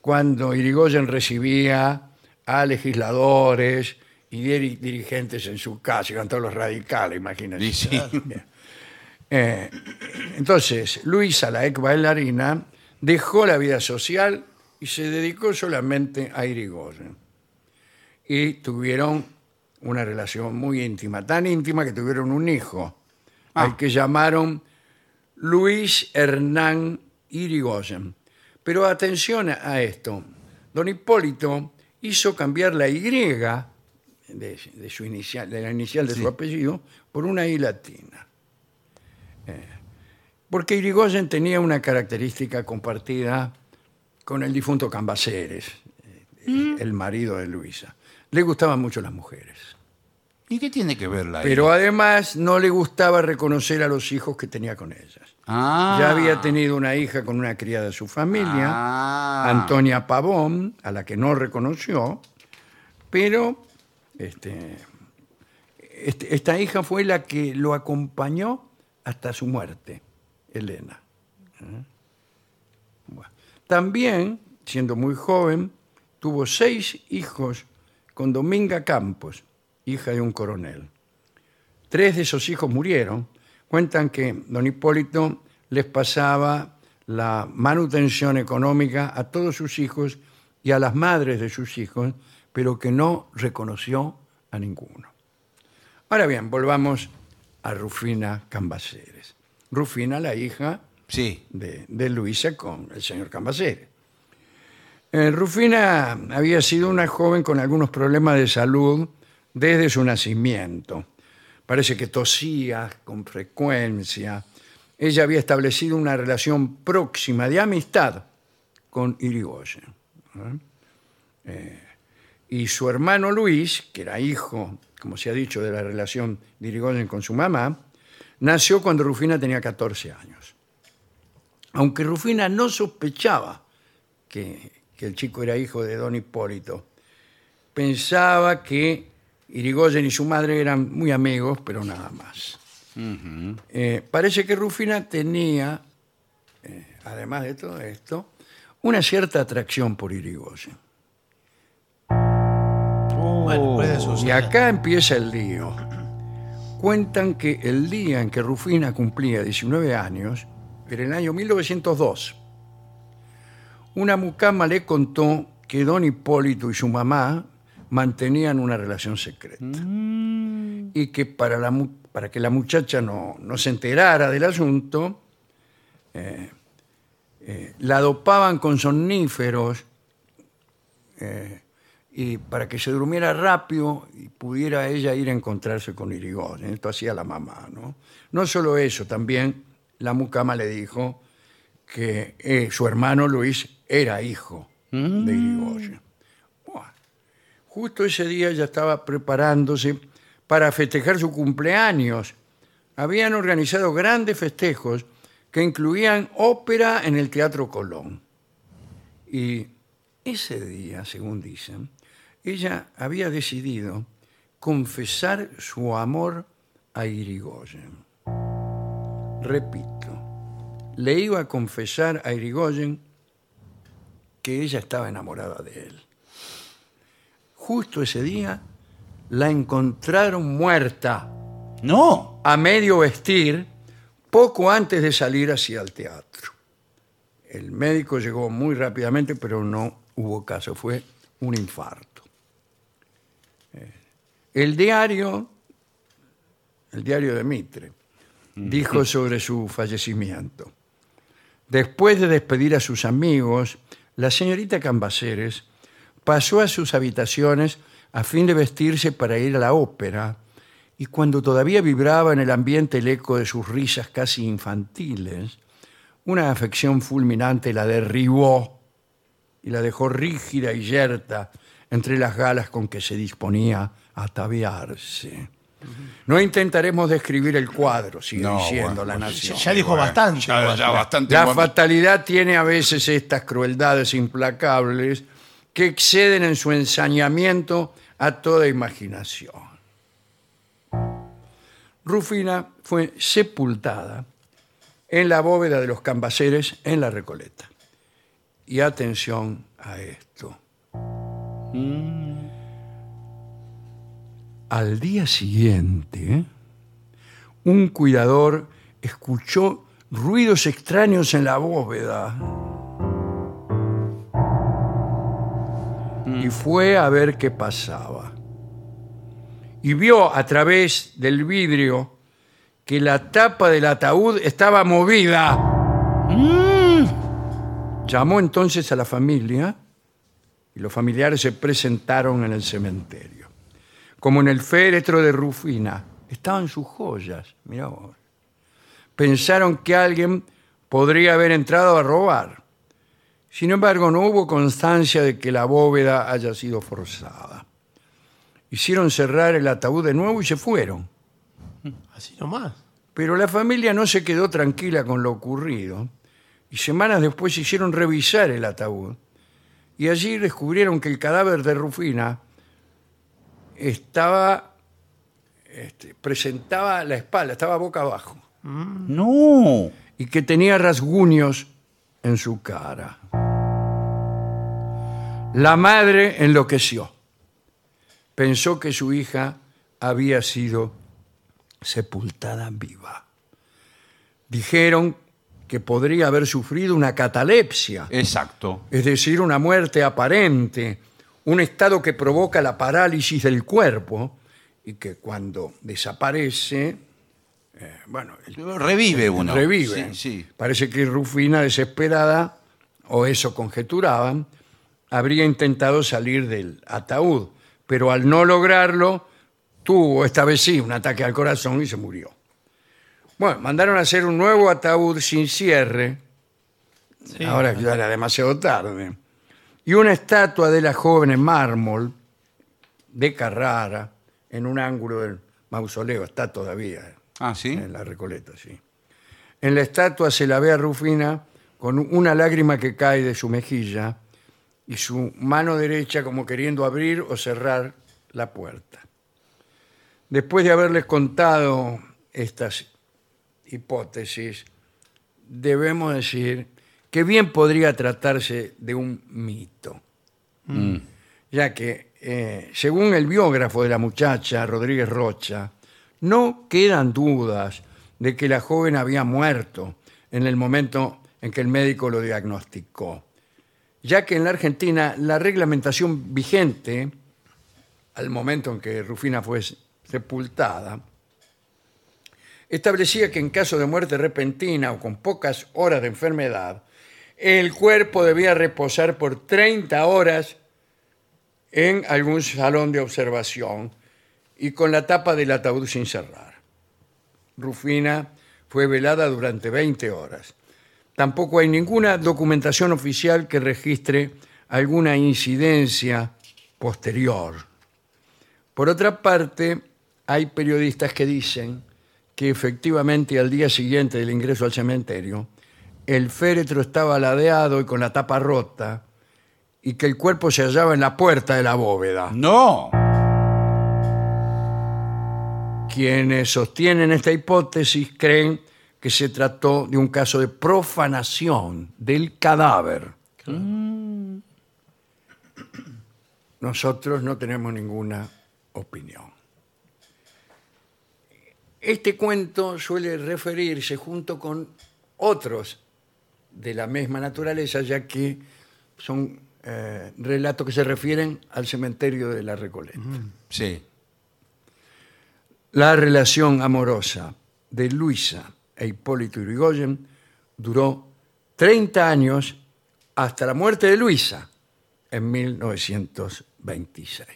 S1: cuando Irigoyen recibía a legisladores y diri- dirigentes en su casa, iban todos los radicales, imagínense.
S2: Y sí.
S1: Eh, entonces, Luisa, la ex bailarina, dejó la vida social y se dedicó solamente a Irigoyen. Y tuvieron una relación muy íntima, tan íntima que tuvieron un hijo,
S2: Ah.
S1: al que llamaron Luis Hernán Irigoyen. Pero atención a esto, don Hipólito hizo cambiar la Y de, de su inicial, de la inicial de su apellido por una I latina. Eh, Porque Irigoyen tenía una característica compartida con el difunto Cambaceres, eh, el marido de Luisa. Le gustaban mucho las mujeres.
S2: ¿Y qué tiene que ver la
S1: Pero además no le gustaba reconocer a los hijos que tenía con ellas.
S2: Ah.
S1: Ya había tenido una hija con una criada de su familia,
S2: Ah.
S1: Antonia Pavón, a la que no reconoció, pero este, este- esta hija fue la que lo acompañó hasta su muerte, Elena. ¿Eh? Bueno. También, siendo muy joven, tuvo seis hijos con Dominga Campos, hija de un coronel. Tres de sus hijos murieron. Cuentan que don Hipólito les pasaba la manutención económica a todos sus hijos y a las madres de sus hijos, pero que no reconoció a ninguno. Ahora bien, volvamos a Rufina Cambaceres. Rufina, la hija
S2: Sí.
S1: de, de Luisa con el señor Cambaceres. Eh, Rufina había sido una joven con algunos problemas de salud desde su nacimiento. Parece que tosía con frecuencia. Ella había establecido una relación próxima de amistad con Irigoyen. ¿eh? Eh, y su hermano Luis, que era hijo, como se ha dicho, de la relación de Irigoyen con su mamá, nació cuando Rufina tenía 14 años aunque Rufina no sospechaba que, que el chico era hijo de don Hipólito, pensaba que Irigoyen y su madre eran muy amigos, pero nada más. Eh, parece que Rufina tenía, eh, además de todo esto, una cierta atracción por Irigoyen.
S3: Bueno, puede
S1: Y
S3: suceder.
S1: acá empieza el lío. Cuentan que el día en que Rufina cumplía 19 años, era el año 1902, una mucama le contó que don Hipólito y su mamá mantenían una relación secreta. Y que para, la mu- para que la muchacha no, no se enterara del asunto, eh, eh, la dopaban con somníferos y para que se durmiera rápido y pudiera ella ir a encontrarse con Irigoyen. Esto hacía la mamá, ¿no? No solo eso, también la mucama le dijo que eh, su hermano Luis era hijo de Irigoyen. Buah. Justo ese día ella estaba preparándose para festejar su cumpleaños. Habían organizado grandes festejos que incluían ópera en el Teatro Colón. Y ese día, según dicen, ella había decidido confesar su amor a Irigoyen. Repito, le iba a confesar a Irigoyen que ella estaba enamorada de él. Justo ese día la encontraron muerta
S2: No.
S1: a medio vestir poco antes de salir hacia el teatro. El médico llegó muy rápidamente, pero no hubo caso, fue un infarto. Eh, El diario, el diario de Mitre, dijo sobre su fallecimiento. Después de despedir a sus amigos, la señorita Cambaceres pasó a sus habitaciones a fin de vestirse para ir a la ópera y cuando todavía vibraba en el ambiente el eco de sus risas casi infantiles, una afección fulminante la derribó y la dejó rígida y yerta entre las galas con que se disponía a ataviarse. No intentaremos describir el cuadro, sigue
S2: No,
S1: diciendo
S2: bueno,
S1: la
S2: bueno,
S1: nación.
S3: Ya dijo bastante.
S2: eh, Ya, ya bastante.
S1: La
S2: bueno.
S1: fatalidad tiene a veces estas crueldades implacables que exceden en su ensañamiento a toda imaginación. Rufina fue sepultada en la bóveda de los cambaceres en la Recoleta. Y atención a esto. Al día siguiente, un cuidador escuchó ruidos extraños en la bóveda. Y fue a ver qué pasaba. Y vio a través del vidrio que la tapa del ataúd estaba movida. Llamó entonces a la familia y los familiares se presentaron en el cementerio. Como en el féretro de Rufina, estaban sus joyas, mirá vos. Pensaron que alguien podría haber entrado a robar. Sin embargo, no hubo constancia de que la bóveda haya sido forzada. Hicieron cerrar el ataúd de nuevo y se fueron.
S3: Así nomás.
S1: Pero la familia no se quedó tranquila con lo ocurrido y semanas después hicieron revisar el ataúd y allí descubrieron que el cadáver de Rufina estaba este, presentaba la espalda, estaba boca abajo
S2: No.
S1: y que tenía rasguños en su cara. La madre enloqueció pensó que su hija había sido sepultada viva. Dijeron que podría haber sufrido una catalepsia,
S2: Exacto.
S1: es decir, una muerte aparente, un estado que provoca la parálisis del cuerpo y que cuando desaparece, eh, bueno, el
S2: Revive uno.
S1: revive.
S2: Sí, sí.
S1: Parece que Rufina, desesperada, o eso conjeturaban, habría intentado salir del ataúd, pero al no lograrlo, tuvo esta vez sí un ataque al corazón y se murió. Bueno, mandaron a hacer un nuevo ataúd sin cierre,
S3: Sí.
S1: ahora ya era demasiado tarde, y una estatua de la joven en mármol de Carrara en un ángulo del mausoleo, está todavía eh.
S2: Ah, sí.
S1: en la Recoleta, sí. En la estatua se la ve a Rufina con una lágrima que cae de su mejilla y su mano derecha como queriendo abrir o cerrar la puerta. Después de haberles contado estas hipótesis, debemos decir que bien podría tratarse de un mito ya que, eh, según el biógrafo de la muchacha, Rodríguez Rocha, no quedan dudas de que la joven había muerto en el momento en que el médico lo diagnosticó, ya que en la Argentina la reglamentación vigente, al momento en que Rufina fue sepultada, establecía que en caso de muerte repentina o con pocas horas de enfermedad, el cuerpo debía reposar por 30 horas en algún salón de observación y con la tapa del ataúd sin cerrar. Rufina fue velada durante 20 horas. Tampoco hay ninguna documentación oficial que registre alguna incidencia posterior. Por otra parte, hay periodistas que dicen que efectivamente al día siguiente del ingreso al cementerio, el féretro estaba ladeado y con la tapa rota, y que el cuerpo se hallaba en la puerta de la bóveda.
S2: No.
S1: Quienes sostienen esta hipótesis creen que se trató de un caso de profanación del cadáver. Nosotros no tenemos ninguna opinión. Este cuento suele referirse junto con otros de la misma naturaleza, ya que son eh, relatos que se refieren al cementerio de la Recoleta.
S2: Sí.
S1: La relación amorosa de Luisa e Hipólito Yrigoyen duró 30 años hasta la muerte de Luisa en 1926.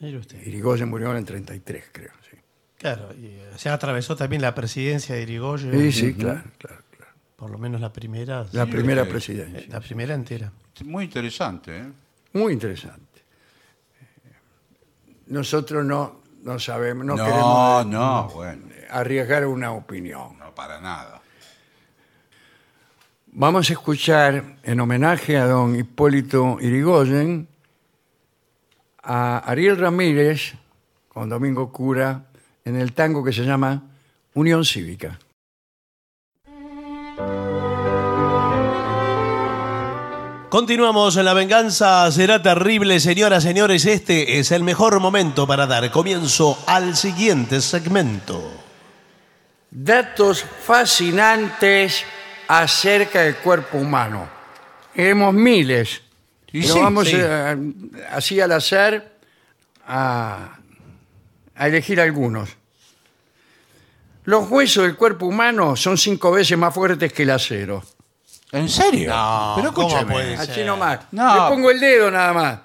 S3: Mire usted.
S1: Yrigoyen murió en el 33, creo. Sí,
S3: Claro, y, eh, se atravesó también la presidencia de Irigoyen,
S1: sí, sí, claro, claro, claro.
S3: por lo menos la primera.
S1: La
S3: sí,
S1: primera
S2: sí.
S3: eh,
S1: presidencia.
S3: la primera entera.
S2: Muy interesante, ¿eh?
S1: Muy interesante. Nosotros no, no sabemos, no,
S2: No, no,
S1: queremos eh,
S2: bueno.
S1: arriesgar una opinión.
S2: No, para nada.
S1: Vamos a escuchar en homenaje a don Hipólito Irigoyen a Ariel Ramírez con Domingo Cura en el tango que se llama Unión Cívica.
S3: Continuamos en la venganza, será terrible, señoras, señores. Este es el mejor momento para dar comienzo al siguiente segmento.
S1: Datos fascinantes acerca del cuerpo humano. Tenemos miles.
S2: Y
S1: Pero
S2: sí,
S1: vamos
S3: sí.
S1: eh, así al azar a, a elegir algunos. Los huesos del cuerpo humano son cinco veces más fuertes que el acero.
S2: ¿En serio? pero
S3: ¿cómo
S2: escúchame.
S3: puede ser?
S1: Así nomás.
S2: No.
S1: Le pongo el dedo nada más.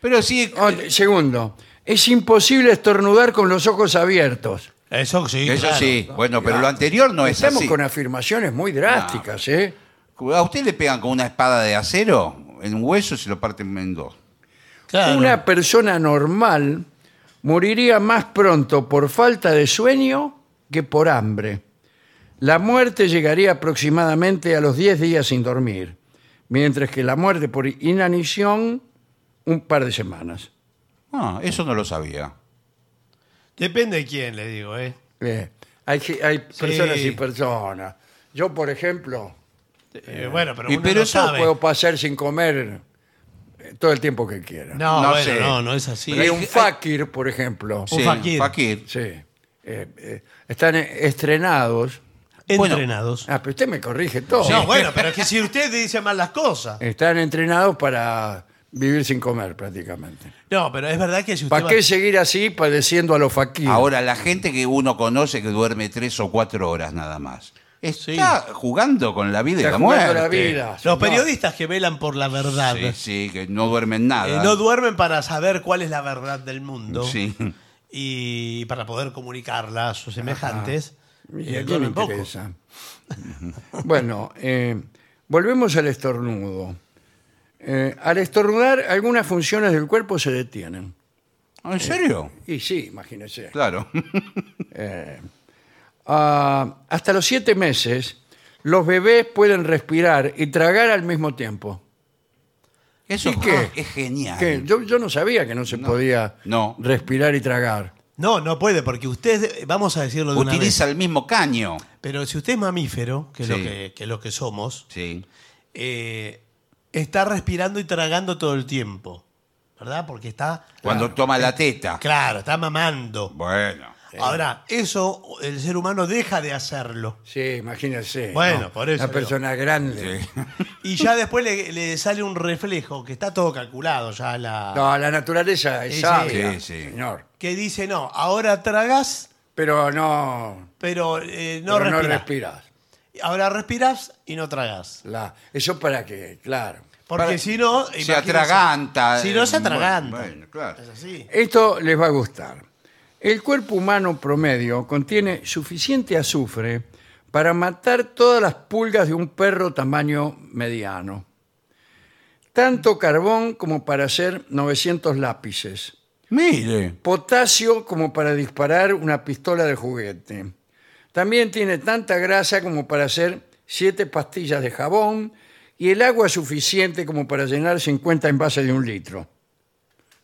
S2: Pero sí,
S1: O- segundo, es imposible estornudar con los ojos abiertos.
S3: Eso sí.
S2: eso
S3: claro.
S2: sí. Bueno, pero lo anterior no es
S1: Estamos
S2: así.
S1: con afirmaciones muy drásticas, ¿eh?
S2: ¿A usted le pegan con una espada de acero en un hueso y se lo parten en dos?
S3: Claro.
S1: Una persona normal moriría más pronto por falta de sueño que por hambre. La muerte llegaría aproximadamente a los 10 días sin dormir, mientras que la muerte por inanición un par de semanas.
S2: Ah, eso no lo sabía.
S3: Depende de quién, le digo, ¿eh?
S1: Eh, hay, ge- hay personas y personas. Yo, por ejemplo,
S3: Eh, bueno, pero
S2: Y
S3: uno
S2: pero
S3: no
S2: eso
S3: sabe.
S1: puedo pasar sin comer eh, eh, todo el tiempo que quiera.
S3: No,
S2: No
S3: bueno,
S2: sé.
S3: no, no es así.
S1: Hay un fakir, por ejemplo.
S2: Sí,
S3: fakir.
S2: fakir.
S1: Sí. Eh, eh, están eh, estrenados.
S3: Entrenados.
S1: Ah, pero usted me corrige todo.
S3: No, bueno, pero es que si usted dice mal las cosas.
S1: Están entrenados para vivir sin comer prácticamente.
S3: No, pero es verdad que si usted.
S1: ¿Para
S3: va-
S1: qué seguir así padeciendo a los faquires?
S2: Ahora, la gente que uno conoce que duerme tres o cuatro horas nada más, está jugando con la vida y
S1: Está
S2: la
S1: jugando
S2: muerte.
S1: la vida.
S3: Los
S1: señor.
S3: periodistas que velan por la verdad
S2: Sí, sí, que no duermen nada.
S3: eh, no duermen para saber cuál es la verdad del mundo
S2: Sí.
S3: y para poder comunicarla a sus semejantes.
S1: ¿Y
S3: eh,
S1: a quién le
S3: duermen poco.
S1: interesa? (laughs) bueno, eh, volvemos al estornudo. Eh, al estornudar, algunas funciones del cuerpo se detienen.
S2: ¿En serio?
S1: Y sí, imagínese.
S3: (laughs)
S2: Claro.
S1: Ah, hasta los siete meses, los bebés pueden respirar y tragar al mismo tiempo.
S2: Eso
S1: ¿Y qué?
S2: es genial.
S1: Que yo, yo no sabía que no se podía
S2: No.
S1: respirar y tragar.
S3: No, no puede, porque usted, vamos a decirlo de
S2: Utiliza
S3: una
S2: el mismo caño.
S3: vez, pero si usted es mamífero, que es,
S2: Sí.
S3: lo, que, que es lo que somos,
S2: Sí.
S3: eh, está respirando y tragando todo el tiempo, ¿verdad? Porque está,
S2: Cuando toma
S3: Eh,
S2: la teta.
S3: claro, está mamando.
S2: Bueno.
S3: Ahora, eso el ser humano deja de hacerlo.
S1: Sí, imagínese.
S3: Bueno,
S1: ¿no?
S3: por eso
S1: Una
S3: digo.
S1: persona grande.
S3: Y ya después le, le sale un reflejo, que está todo calculado ya la...
S1: No, la naturaleza es
S3: Sí, sí.
S1: sabia,
S2: Sí, sí.
S1: señor.
S3: Que dice, no, ahora tragas,
S1: Pero no,
S3: pero eh, no
S1: pero no respiras.
S3: respiras. ahora respiras y no tragas.
S1: La- eso para que, claro.
S3: Porque
S2: Para-
S3: si no...
S2: Se
S3: imagínese,
S2: atraganta.
S3: Si no, se
S2: eh, bueno,
S3: atraganta.
S2: Bueno, claro.
S3: Es así.
S1: Esto les va a gustar. El cuerpo humano promedio contiene suficiente azufre para matar todas las pulgas de un perro tamaño mediano. Tanto carbón como para hacer 900 lápices.
S2: Mire.
S1: Potasio como para disparar una pistola de juguete. También tiene tanta grasa como para hacer 7 pastillas de jabón y el agua suficiente como para llenar 50 envases de un litro.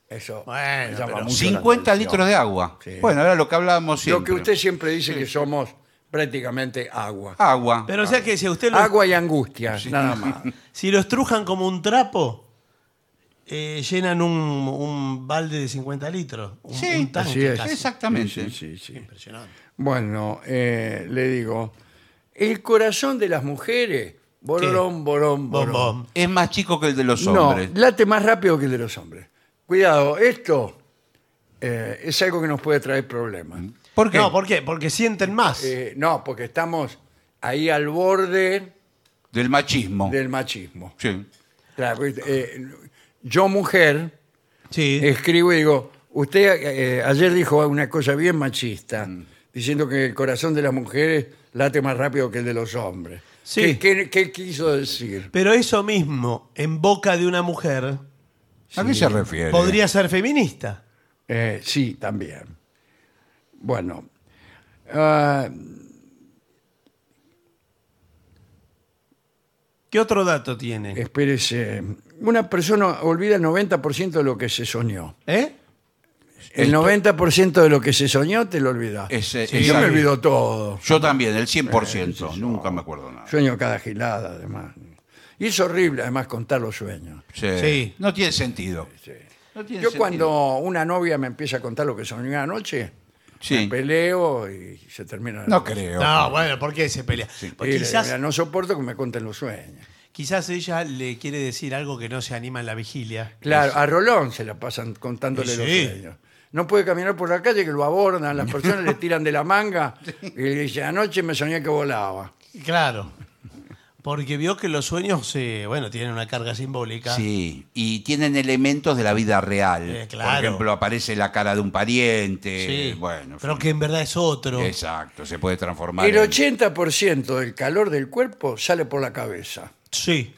S1: Eso.
S3: Bueno,
S1: me llama
S3: pero
S1: mucho la
S2: 50
S1: atención.
S2: litros de agua.
S1: Sí.
S2: Bueno, era lo que hablábamos siempre.
S1: Lo que usted siempre dice que somos prácticamente agua.
S2: Agua.
S3: Pero o sea que si a usted
S2: Ah,
S3: lo,
S1: Agua y angustia, nada más.
S3: si lo estrujan como un trapo, eh, llenan un, un balde de 50 litros. Un,
S2: Sí,
S3: un tanque
S1: así es.
S3: casi.
S2: Exactamente.
S1: Sí, sí.
S3: Impresionante.
S1: Bueno, eh, le digo, el corazón de las mujeres, borón, borón,
S3: Bom,
S1: borón.
S3: bom.
S2: Es más chico que el de los
S1: No,
S2: hombres.
S1: late más rápido que el de los hombres. Cuidado, esto eh, es algo que nos puede traer problemas.
S2: ¿Por qué?
S3: No, ¿por qué? Porque sienten más.
S1: Eh, no, porque estamos ahí al borde
S2: Del machismo.
S1: del machismo.
S2: Sí.
S1: Claro, pues, eh, yo, mujer,
S3: sí.
S1: escribo y digo, usted eh, ayer dijo una cosa bien machista, diciendo que el corazón de las mujeres late más rápido que el de los hombres.
S3: Sí.
S1: ¿Qué, qué- qué quiso decir?
S3: Pero eso mismo, en boca de una mujer,
S2: ¿A qué se refiere?
S3: podría ser feminista.
S1: Eh, sí, también. Bueno. ah,
S3: ¿Qué otro dato
S1: Eh.
S3: tiene?
S1: Espérese. Una persona olvida el 90% de lo que se soñó.
S3: ¿Eh?
S1: El 90% de lo que se soñó te lo olvidas.
S2: Ese-
S1: yo me
S2: eh, exacto.
S1: olvido todo.
S2: Yo también, el 100%. Nunca me acuerdo nada.
S1: Sueño cada gilada, además. Y es horrible, además, contar los sueños.
S2: Sí.
S3: Sí.
S2: No tiene sentido. No tiene
S1: Yo
S2: sentido.
S1: cuando una novia me empieza a contar lo que soñó anoche,
S2: Sí.
S1: me peleo y se termina. la
S2: No
S1: noche.
S2: creo.
S3: No, bueno, ¿por qué se pelea?
S1: Y
S3: Porque
S1: le-
S3: quizás,
S1: mira, no soporto que me cuenten los sueños.
S3: quizás ella le quiere decir algo que no se anima en la vigilia.
S1: Claro, a Rolón se la pasan contándole
S3: Sí.
S1: los sueños. No puede caminar por la calle que lo abordan,
S3: (laughs)
S1: las personas le tiran de la manga y le dicen, anoche me soñé que volaba.
S3: Claro. Porque vio que los sueños, eh, bueno, tienen una carga simbólica.
S2: Sí, y tienen elementos de la vida real.
S3: Eh, claro.
S2: Por ejemplo, aparece la cara de un pariente.
S3: Sí.
S2: Eh, Bueno, en
S3: pero
S2: fin.
S3: que en verdad es otro.
S2: Exacto, se puede transformar
S1: El
S2: en,
S1: 80% del calor del cuerpo sale por la cabeza.
S3: Sí.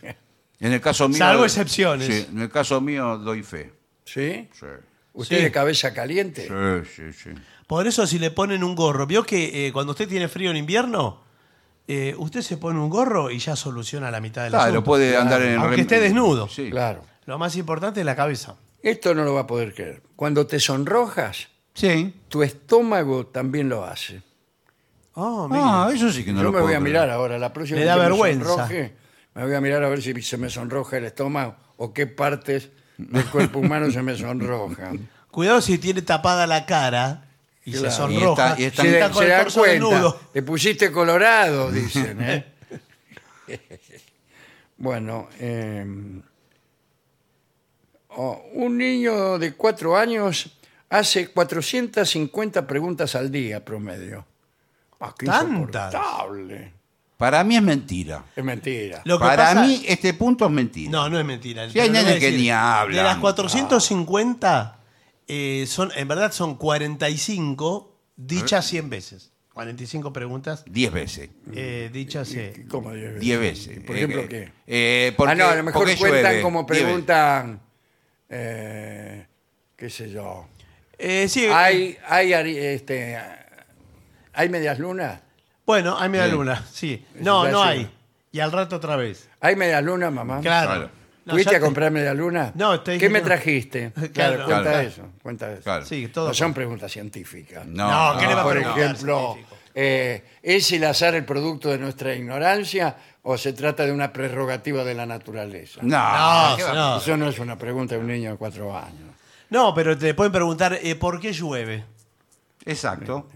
S2: en el caso mío.
S3: Salvo excepciones.
S2: Sí, en el caso mío doy fe.
S1: ¿Sí?
S2: Sí,
S1: ¿Usted
S3: Sí.
S1: de cabeza caliente?
S2: sí, sí. sí.
S3: Por eso si le ponen un gorro, vio que eh, cuando usted tiene frío en invierno, eh, usted se pone un gorro y ya soluciona la mitad del
S2: Claro,
S3: asunto.
S2: puede andar en
S3: Aunque
S2: rem-
S3: esté desnudo.
S2: Sí.
S1: Claro.
S3: Lo más importante es la cabeza.
S1: Esto no lo va a poder creer. Cuando te sonrojas,
S2: Sí.
S1: tu estómago también lo hace.
S3: Oh, mire.
S2: Ah, eso sí que no
S1: Yo
S2: lo
S1: me
S2: puedo
S1: voy a
S2: creer.
S1: mirar ahora, la próxima
S3: Me
S1: vez
S3: da
S1: que me
S3: vergüenza.
S1: sonroje, me voy a mirar a ver si se me sonroja el estómago o qué partes el cuerpo humano se me sonroja.
S3: (laughs) Cuidado si tiene tapada la cara y
S1: Claro.
S3: se sonroja.
S2: Y está- y está-
S3: y
S1: se
S3: está con
S1: se
S3: el
S1: dan
S3: torso
S1: cuenta.
S3: desnudo.
S1: Te pusiste
S3: (laughs)
S1: colorado, dicen. ¿eh? (laughs) bueno, eh, oh, un niño de cuatro años hace 450 preguntas al día promedio. Ah, qué
S3: ¿Tantas?
S1: insoportable.
S2: Para mí es mentira.
S1: Es mentira.
S3: Lo que
S2: Para
S3: pasa-
S2: mí este punto es mentira.
S3: No, no es mentira. El-
S2: Sí, hay
S3: pero le
S2: nenes
S3: voy a
S2: que
S3: decir,
S2: ni hablan.
S3: De las 450, eh, son, en verdad son 45 dichas 100 veces. 45 preguntas
S2: Diez veces.
S3: eh,
S1: Mm,
S3: dichas. eh,
S1: ¿Cómo diez
S2: Diez veces.
S1: ¿Por ejemplo
S2: Eh,
S1: qué?
S2: eh, porque-
S1: ah, no, a lo mejor
S2: porque
S1: cuentan
S2: llueve.
S1: como
S2: Diez veces.
S1: preguntan, eh, qué sé yo.
S3: eh, sí,
S1: ¿Hay, hay, ari- este, ¿Hay medias lunas?
S3: bueno, hay media luna. Sí. No,
S1: ya
S3: no
S1: llega.
S3: hay. Y al rato otra vez.
S1: ¿Hay medias lunas, mamá?
S3: Claro.
S2: Claro.
S3: No,
S1: ¿Fuiste
S3: ya
S1: a
S3: te-
S1: comprar medias lunas?
S3: No, te dije
S1: ¿Qué me
S3: no.
S1: trajiste? Claro,
S3: (laughs) Claro.
S1: cuenta
S2: Claro.
S1: eso. Cuenta eso.
S2: Claro.
S3: Sí, todo.
S1: no son preguntas científicas.
S2: No,
S3: No, ¿qué le va a
S1: Por
S3: preguntar,
S1: ejemplo,
S3: científico?
S1: eh, ¿es el azar el producto de nuestra ignorancia o se trata de una prerrogativa de la naturaleza?
S2: No,
S3: No,
S1: Ah,
S2: ¿qué va a-
S3: no.
S1: Eso no es una pregunta de un niño de cuatro años.
S3: No, pero te pueden preguntar eh, por qué llueve.
S2: Exacto.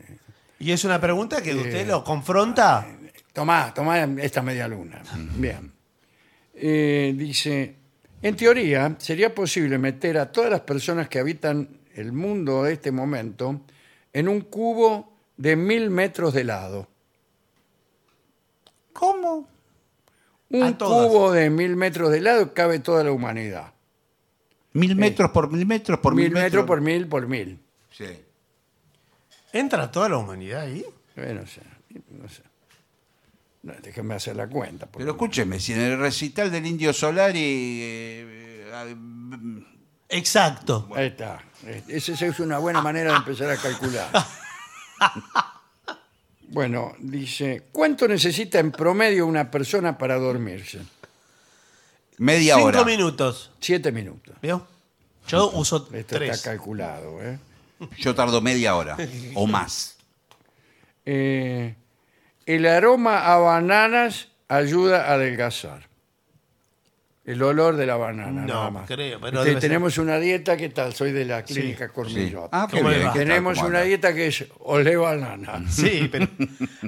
S3: Y es una pregunta que usted lo confronta.
S1: Tomá, tomá esta media luna. Bien. Eh, dice, en teoría sería posible meter a todas las personas que habitan el mundo de este momento en un cubo de mil metros de lado.
S2: ¿Cómo?
S1: Un
S3: A todas.
S1: cubo de mil metros de lado cabe toda la humanidad.
S2: Mil metros por mil metros por
S1: mil,
S2: mil,
S1: metros por mil por mil.
S2: Sí.
S3: ¿Entra toda la humanidad ahí?
S1: Eh, no sé, no sé. No, déjenme hacer la cuenta. porque-
S2: Pero escúcheme, si en el recital del Indio Solari... eh, eh,
S3: Exacto.
S1: Ahí está. Esa es una buena manera de empezar a
S3: (laughs)
S1: calcular. Bueno, dice, ¿cuánto necesita en promedio una persona para dormirse?
S2: media
S3: Cinco
S2: hora.
S3: minutos.
S1: Siete minutos.
S3: ¿Vio? Yo uso
S1: Esto
S3: tres.
S1: está calculado. ¿eh?
S2: Yo tardo media hora o más.
S1: Eh, el aroma a bananas ayuda a adelgazar. El olor de la banana,
S3: No,
S1: nada más.
S3: creo, pero
S1: Este,
S3: debe ser.
S1: tenemos una dieta, ¿qué tal? Soy de la clínica
S2: Sí.
S1: Cormillot.
S2: Ah, qué
S3: ¿Cómo le
S2: bien.
S3: va?
S2: ¿qué tal?
S1: tenemos
S2: ¿Cómo
S1: una
S2: anda?
S1: dieta que es olé banana.
S3: Sí, pero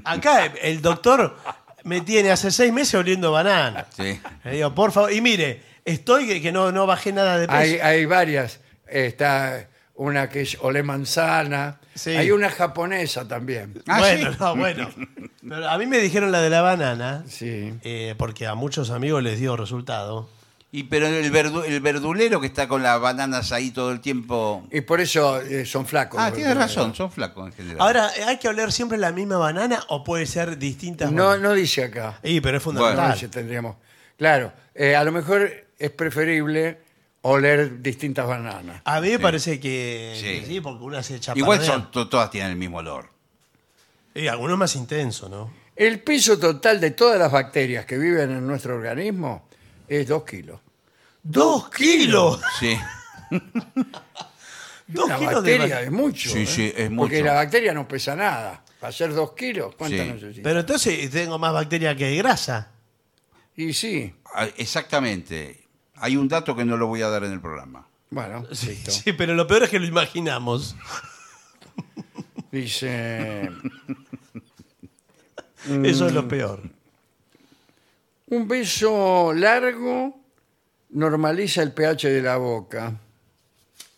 S3: acá el doctor me tiene hace seis meses oliendo banana.
S2: Sí.
S3: Le digo, por favor, y mire, estoy que, que no, no bajé nada de peso.
S1: Hay,
S3: (laughs)
S1: hay varias. Está una que es ole manzana.
S3: Sí.
S1: Hay una japonesa también.
S2: Ah,
S3: bueno,
S2: sí.
S3: no, bueno. Pero a mí me dijeron la de la banana,
S1: Sí.
S3: eh, porque a muchos amigos les dio resultado.
S2: Y pero el, verdu- el verdulero que está con las bananas ahí todo el tiempo.
S1: Y por eso eh, son flacos.
S2: Ah, tienes razón, son flacos en general.
S3: Ahora, ¿hay que oler siempre la misma banana o puede ser distintas?
S1: No,
S3: bananas?
S1: no dice acá.
S3: Y, pero es
S1: No
S3: fundamental.
S1: dice, tendríamos. Claro, eh, a lo mejor es preferible oler distintas bananas.
S3: A mí me parece que
S2: Sí.
S3: que sí. porque una se echa
S2: Igual
S3: pardea.
S2: son, to- todas tienen el mismo olor.
S3: Y algunos más intenso, ¿no?
S1: El peso total de todas las bacterias que viven en nuestro organismo es 2 kilos.
S3: ¡Dos kilos!
S2: Sí,
S3: ¡Dos
S1: Una
S3: kilos de
S1: bacteria es mucho.
S2: Sí,
S1: ¿eh?
S2: sí, es
S1: Porque
S2: mucho.
S1: la bacteria no pesa nada. Para ser 2 kilos, ¿cuántas
S2: Sí.
S1: necesitas?
S3: Pero entonces eh, tengo más bacteria que grasa.
S1: Y sí,
S2: Ah, exactamente. Hay un dato que no lo voy a dar en el programa.
S1: bueno, listo.
S3: Sí, pero lo peor es que lo imaginamos.
S2: (laughs)
S1: Dice, Mm.
S3: Eso es lo peor.
S1: un beso largo normaliza el pH de la boca.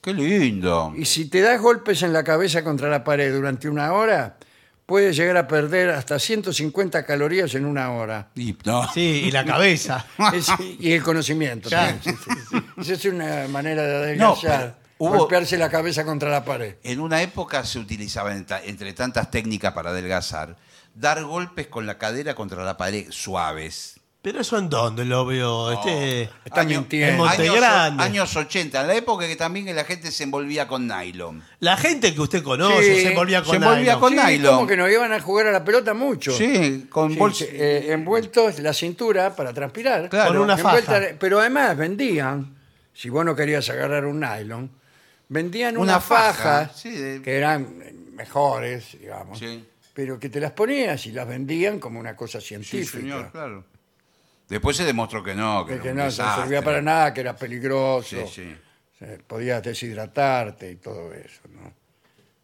S2: Qué lindo.
S1: Y si te das golpes en la cabeza contra la pared durante una hora, puedes llegar a perder hasta 150 calorías en una hora.
S2: Y- no.
S3: Sí, y la cabeza.
S1: Es- y el
S2: (laughs)
S1: conocimiento.
S3: Claro.
S1: también, sí, sí, sí. Esa es una manera de
S2: No,
S1: adelgazar.
S2: pero hubo-
S1: Golpearse la cabeza contra la pared.
S2: En una época se utilizaba, en ta- entre tantas técnicas para adelgazar, dar golpes con la cadera contra la pared suaves.
S3: (laughs) Pero eso en dónde lo veo. Este,
S1: Está mintiendo.
S3: en Monte
S2: años,
S3: Grande.
S2: años 80, en la época que también que la gente se envolvía con nylon.
S3: La gente que usted conoce
S1: Sí,
S3: se envolvía con
S2: se envolvía
S3: nylon.
S2: con-
S1: Sí,
S2: nylon.
S1: como que nos iban a jugar a la pelota mucho.
S2: Sí, con
S1: Sí,
S2: bols-
S1: eh, envueltos la cintura para transpirar.
S2: Claro.
S3: Con una
S1: Envuelta-
S3: faja.
S1: Pero además vendían, si vos no querías agarrar un nylon, vendían
S2: Una
S1: unas
S2: faja,
S1: fajas
S2: sí, de-
S1: que eran eh, mejores, digamos.
S2: Sí.
S1: Pero que te las ponías y las vendían como una cosa científica.
S2: Sí, señor, claro. Después se demostró que no,
S1: de
S2: que, era
S1: que
S2: un
S1: no se
S2: desastre.
S1: servía para nada, que era peligroso,
S2: Sí, sí.
S1: eh, podías deshidratarte y todo eso, ¿no?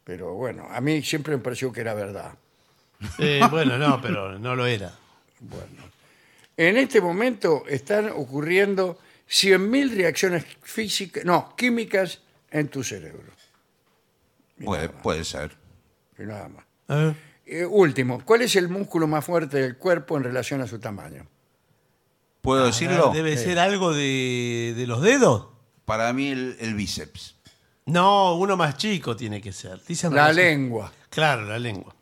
S1: Pero bueno, a mí siempre me pareció que era verdad.
S3: Eh, bueno, no, pero no lo era.
S1: En este momento están ocurriendo 100.000 reacciones físicas, no, químicas en tu cerebro.
S2: Puede, puede ser.
S1: Y nada más.
S3: ¿Eh?
S1: Eh, último, ¿cuál es el músculo más fuerte del cuerpo en relación a su tamaño? Ah,
S2: ¿Puedo decirlo?
S3: ¿Debe
S1: Eh.
S3: ser algo de, de los dedos?
S2: Para mí el, el bíceps.
S3: No, uno más chico tiene que ser. Dicen
S1: La
S3: razón.
S1: lengua.
S3: Claro, la lengua.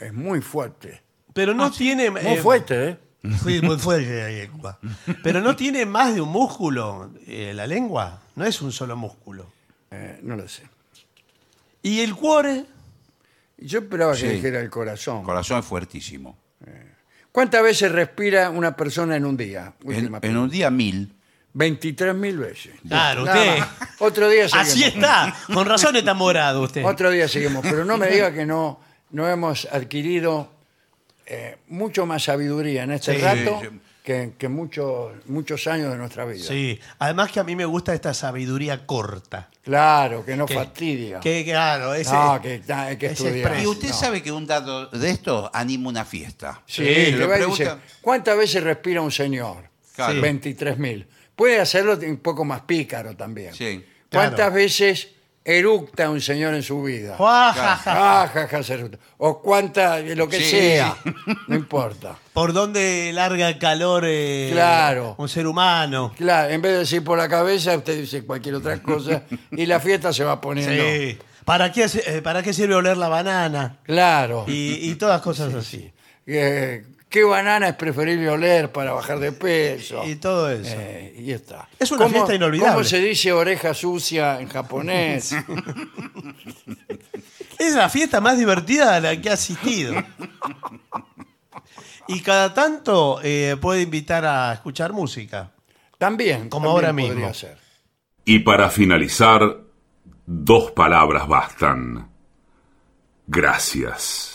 S1: Es muy fuerte.
S3: Pero no tiene.
S1: Muy
S3: eh,
S1: fuerte, ¿eh?
S3: Sí, muy fuerte la lengua. Pero no tiene más de un músculo eh, la lengua. No es un solo músculo.
S1: Eh, No lo sé.
S3: ¿Y el cuore?
S1: Yo esperaba que
S2: Sí.
S1: dijera el corazón.
S2: El corazón es fuertísimo.
S1: ¿Cuántas veces respira una persona en un día?
S2: En,
S1: Última
S2: en un día mil.
S1: pregunta. 23.000 veces.
S3: Claro,
S1: Nada
S3: usted.
S1: más. Otro día seguimos.
S3: Así está. Con razón está morado usted.
S1: Otro día seguimos. Pero no
S2: (laughs)
S1: me diga que no, no hemos adquirido eh, mucho más sabiduría en este
S3: Sí,
S1: rato
S2: sí.
S1: que, que muchos, muchos años de nuestra vida.
S3: Sí. Además que a mí me gusta esta sabiduría corta.
S1: Claro, que no
S3: Que-
S1: fastidia.
S3: Que claro, ese-
S1: no, que ta- hay que
S3: ese
S1: estudiar.
S3: expreso.
S2: Y usted
S1: No.
S2: sabe que un dato de estos anima una fiesta.
S1: Sí,
S3: Sí,
S1: le
S2: le
S1: va y
S2: pregunta-
S1: dice, ¿cuántas veces respira un señor?
S2: Claro.
S3: Sí.
S1: 23.000. Puede hacerlo un poco más pícaro también.
S2: Sí.
S1: ¿Cuántas
S3: Claro.
S1: veces eructa un señor en su vida?
S3: ¡Jua, ja, ja!
S1: Ah, ja, ja, se eructa. O cuánta, lo que
S2: Sí. (laughs)
S1: sea, no importa.
S3: Por donde larga el calor eh,
S1: Claro.
S3: un ser humano.
S1: Claro, en vez de decir por la cabeza, usted dice cualquier otra cosa y la fiesta se va poniendo.
S3: Sí. ¿Para, qué, hace- eh, ¿Para qué sirve oler la banana?
S1: Claro.
S3: Y, y todas cosas así.
S1: Eh, ¿Qué banana es preferible oler para bajar de peso?
S3: Y todo eso.
S1: Eh, y está.
S3: Es una fiesta inolvidable.
S1: ¿Cómo se dice oreja sucia en
S3: (laughs)
S1: japonés?
S3: Es la fiesta más divertida a la que he asistido. Y cada tanto eh, puede invitar a escuchar música.
S1: También.
S3: Como
S1: también
S3: ahora
S1: podría
S3: mismo.
S1: ser.
S4: Y para finalizar, dos palabras bastan. Gracias.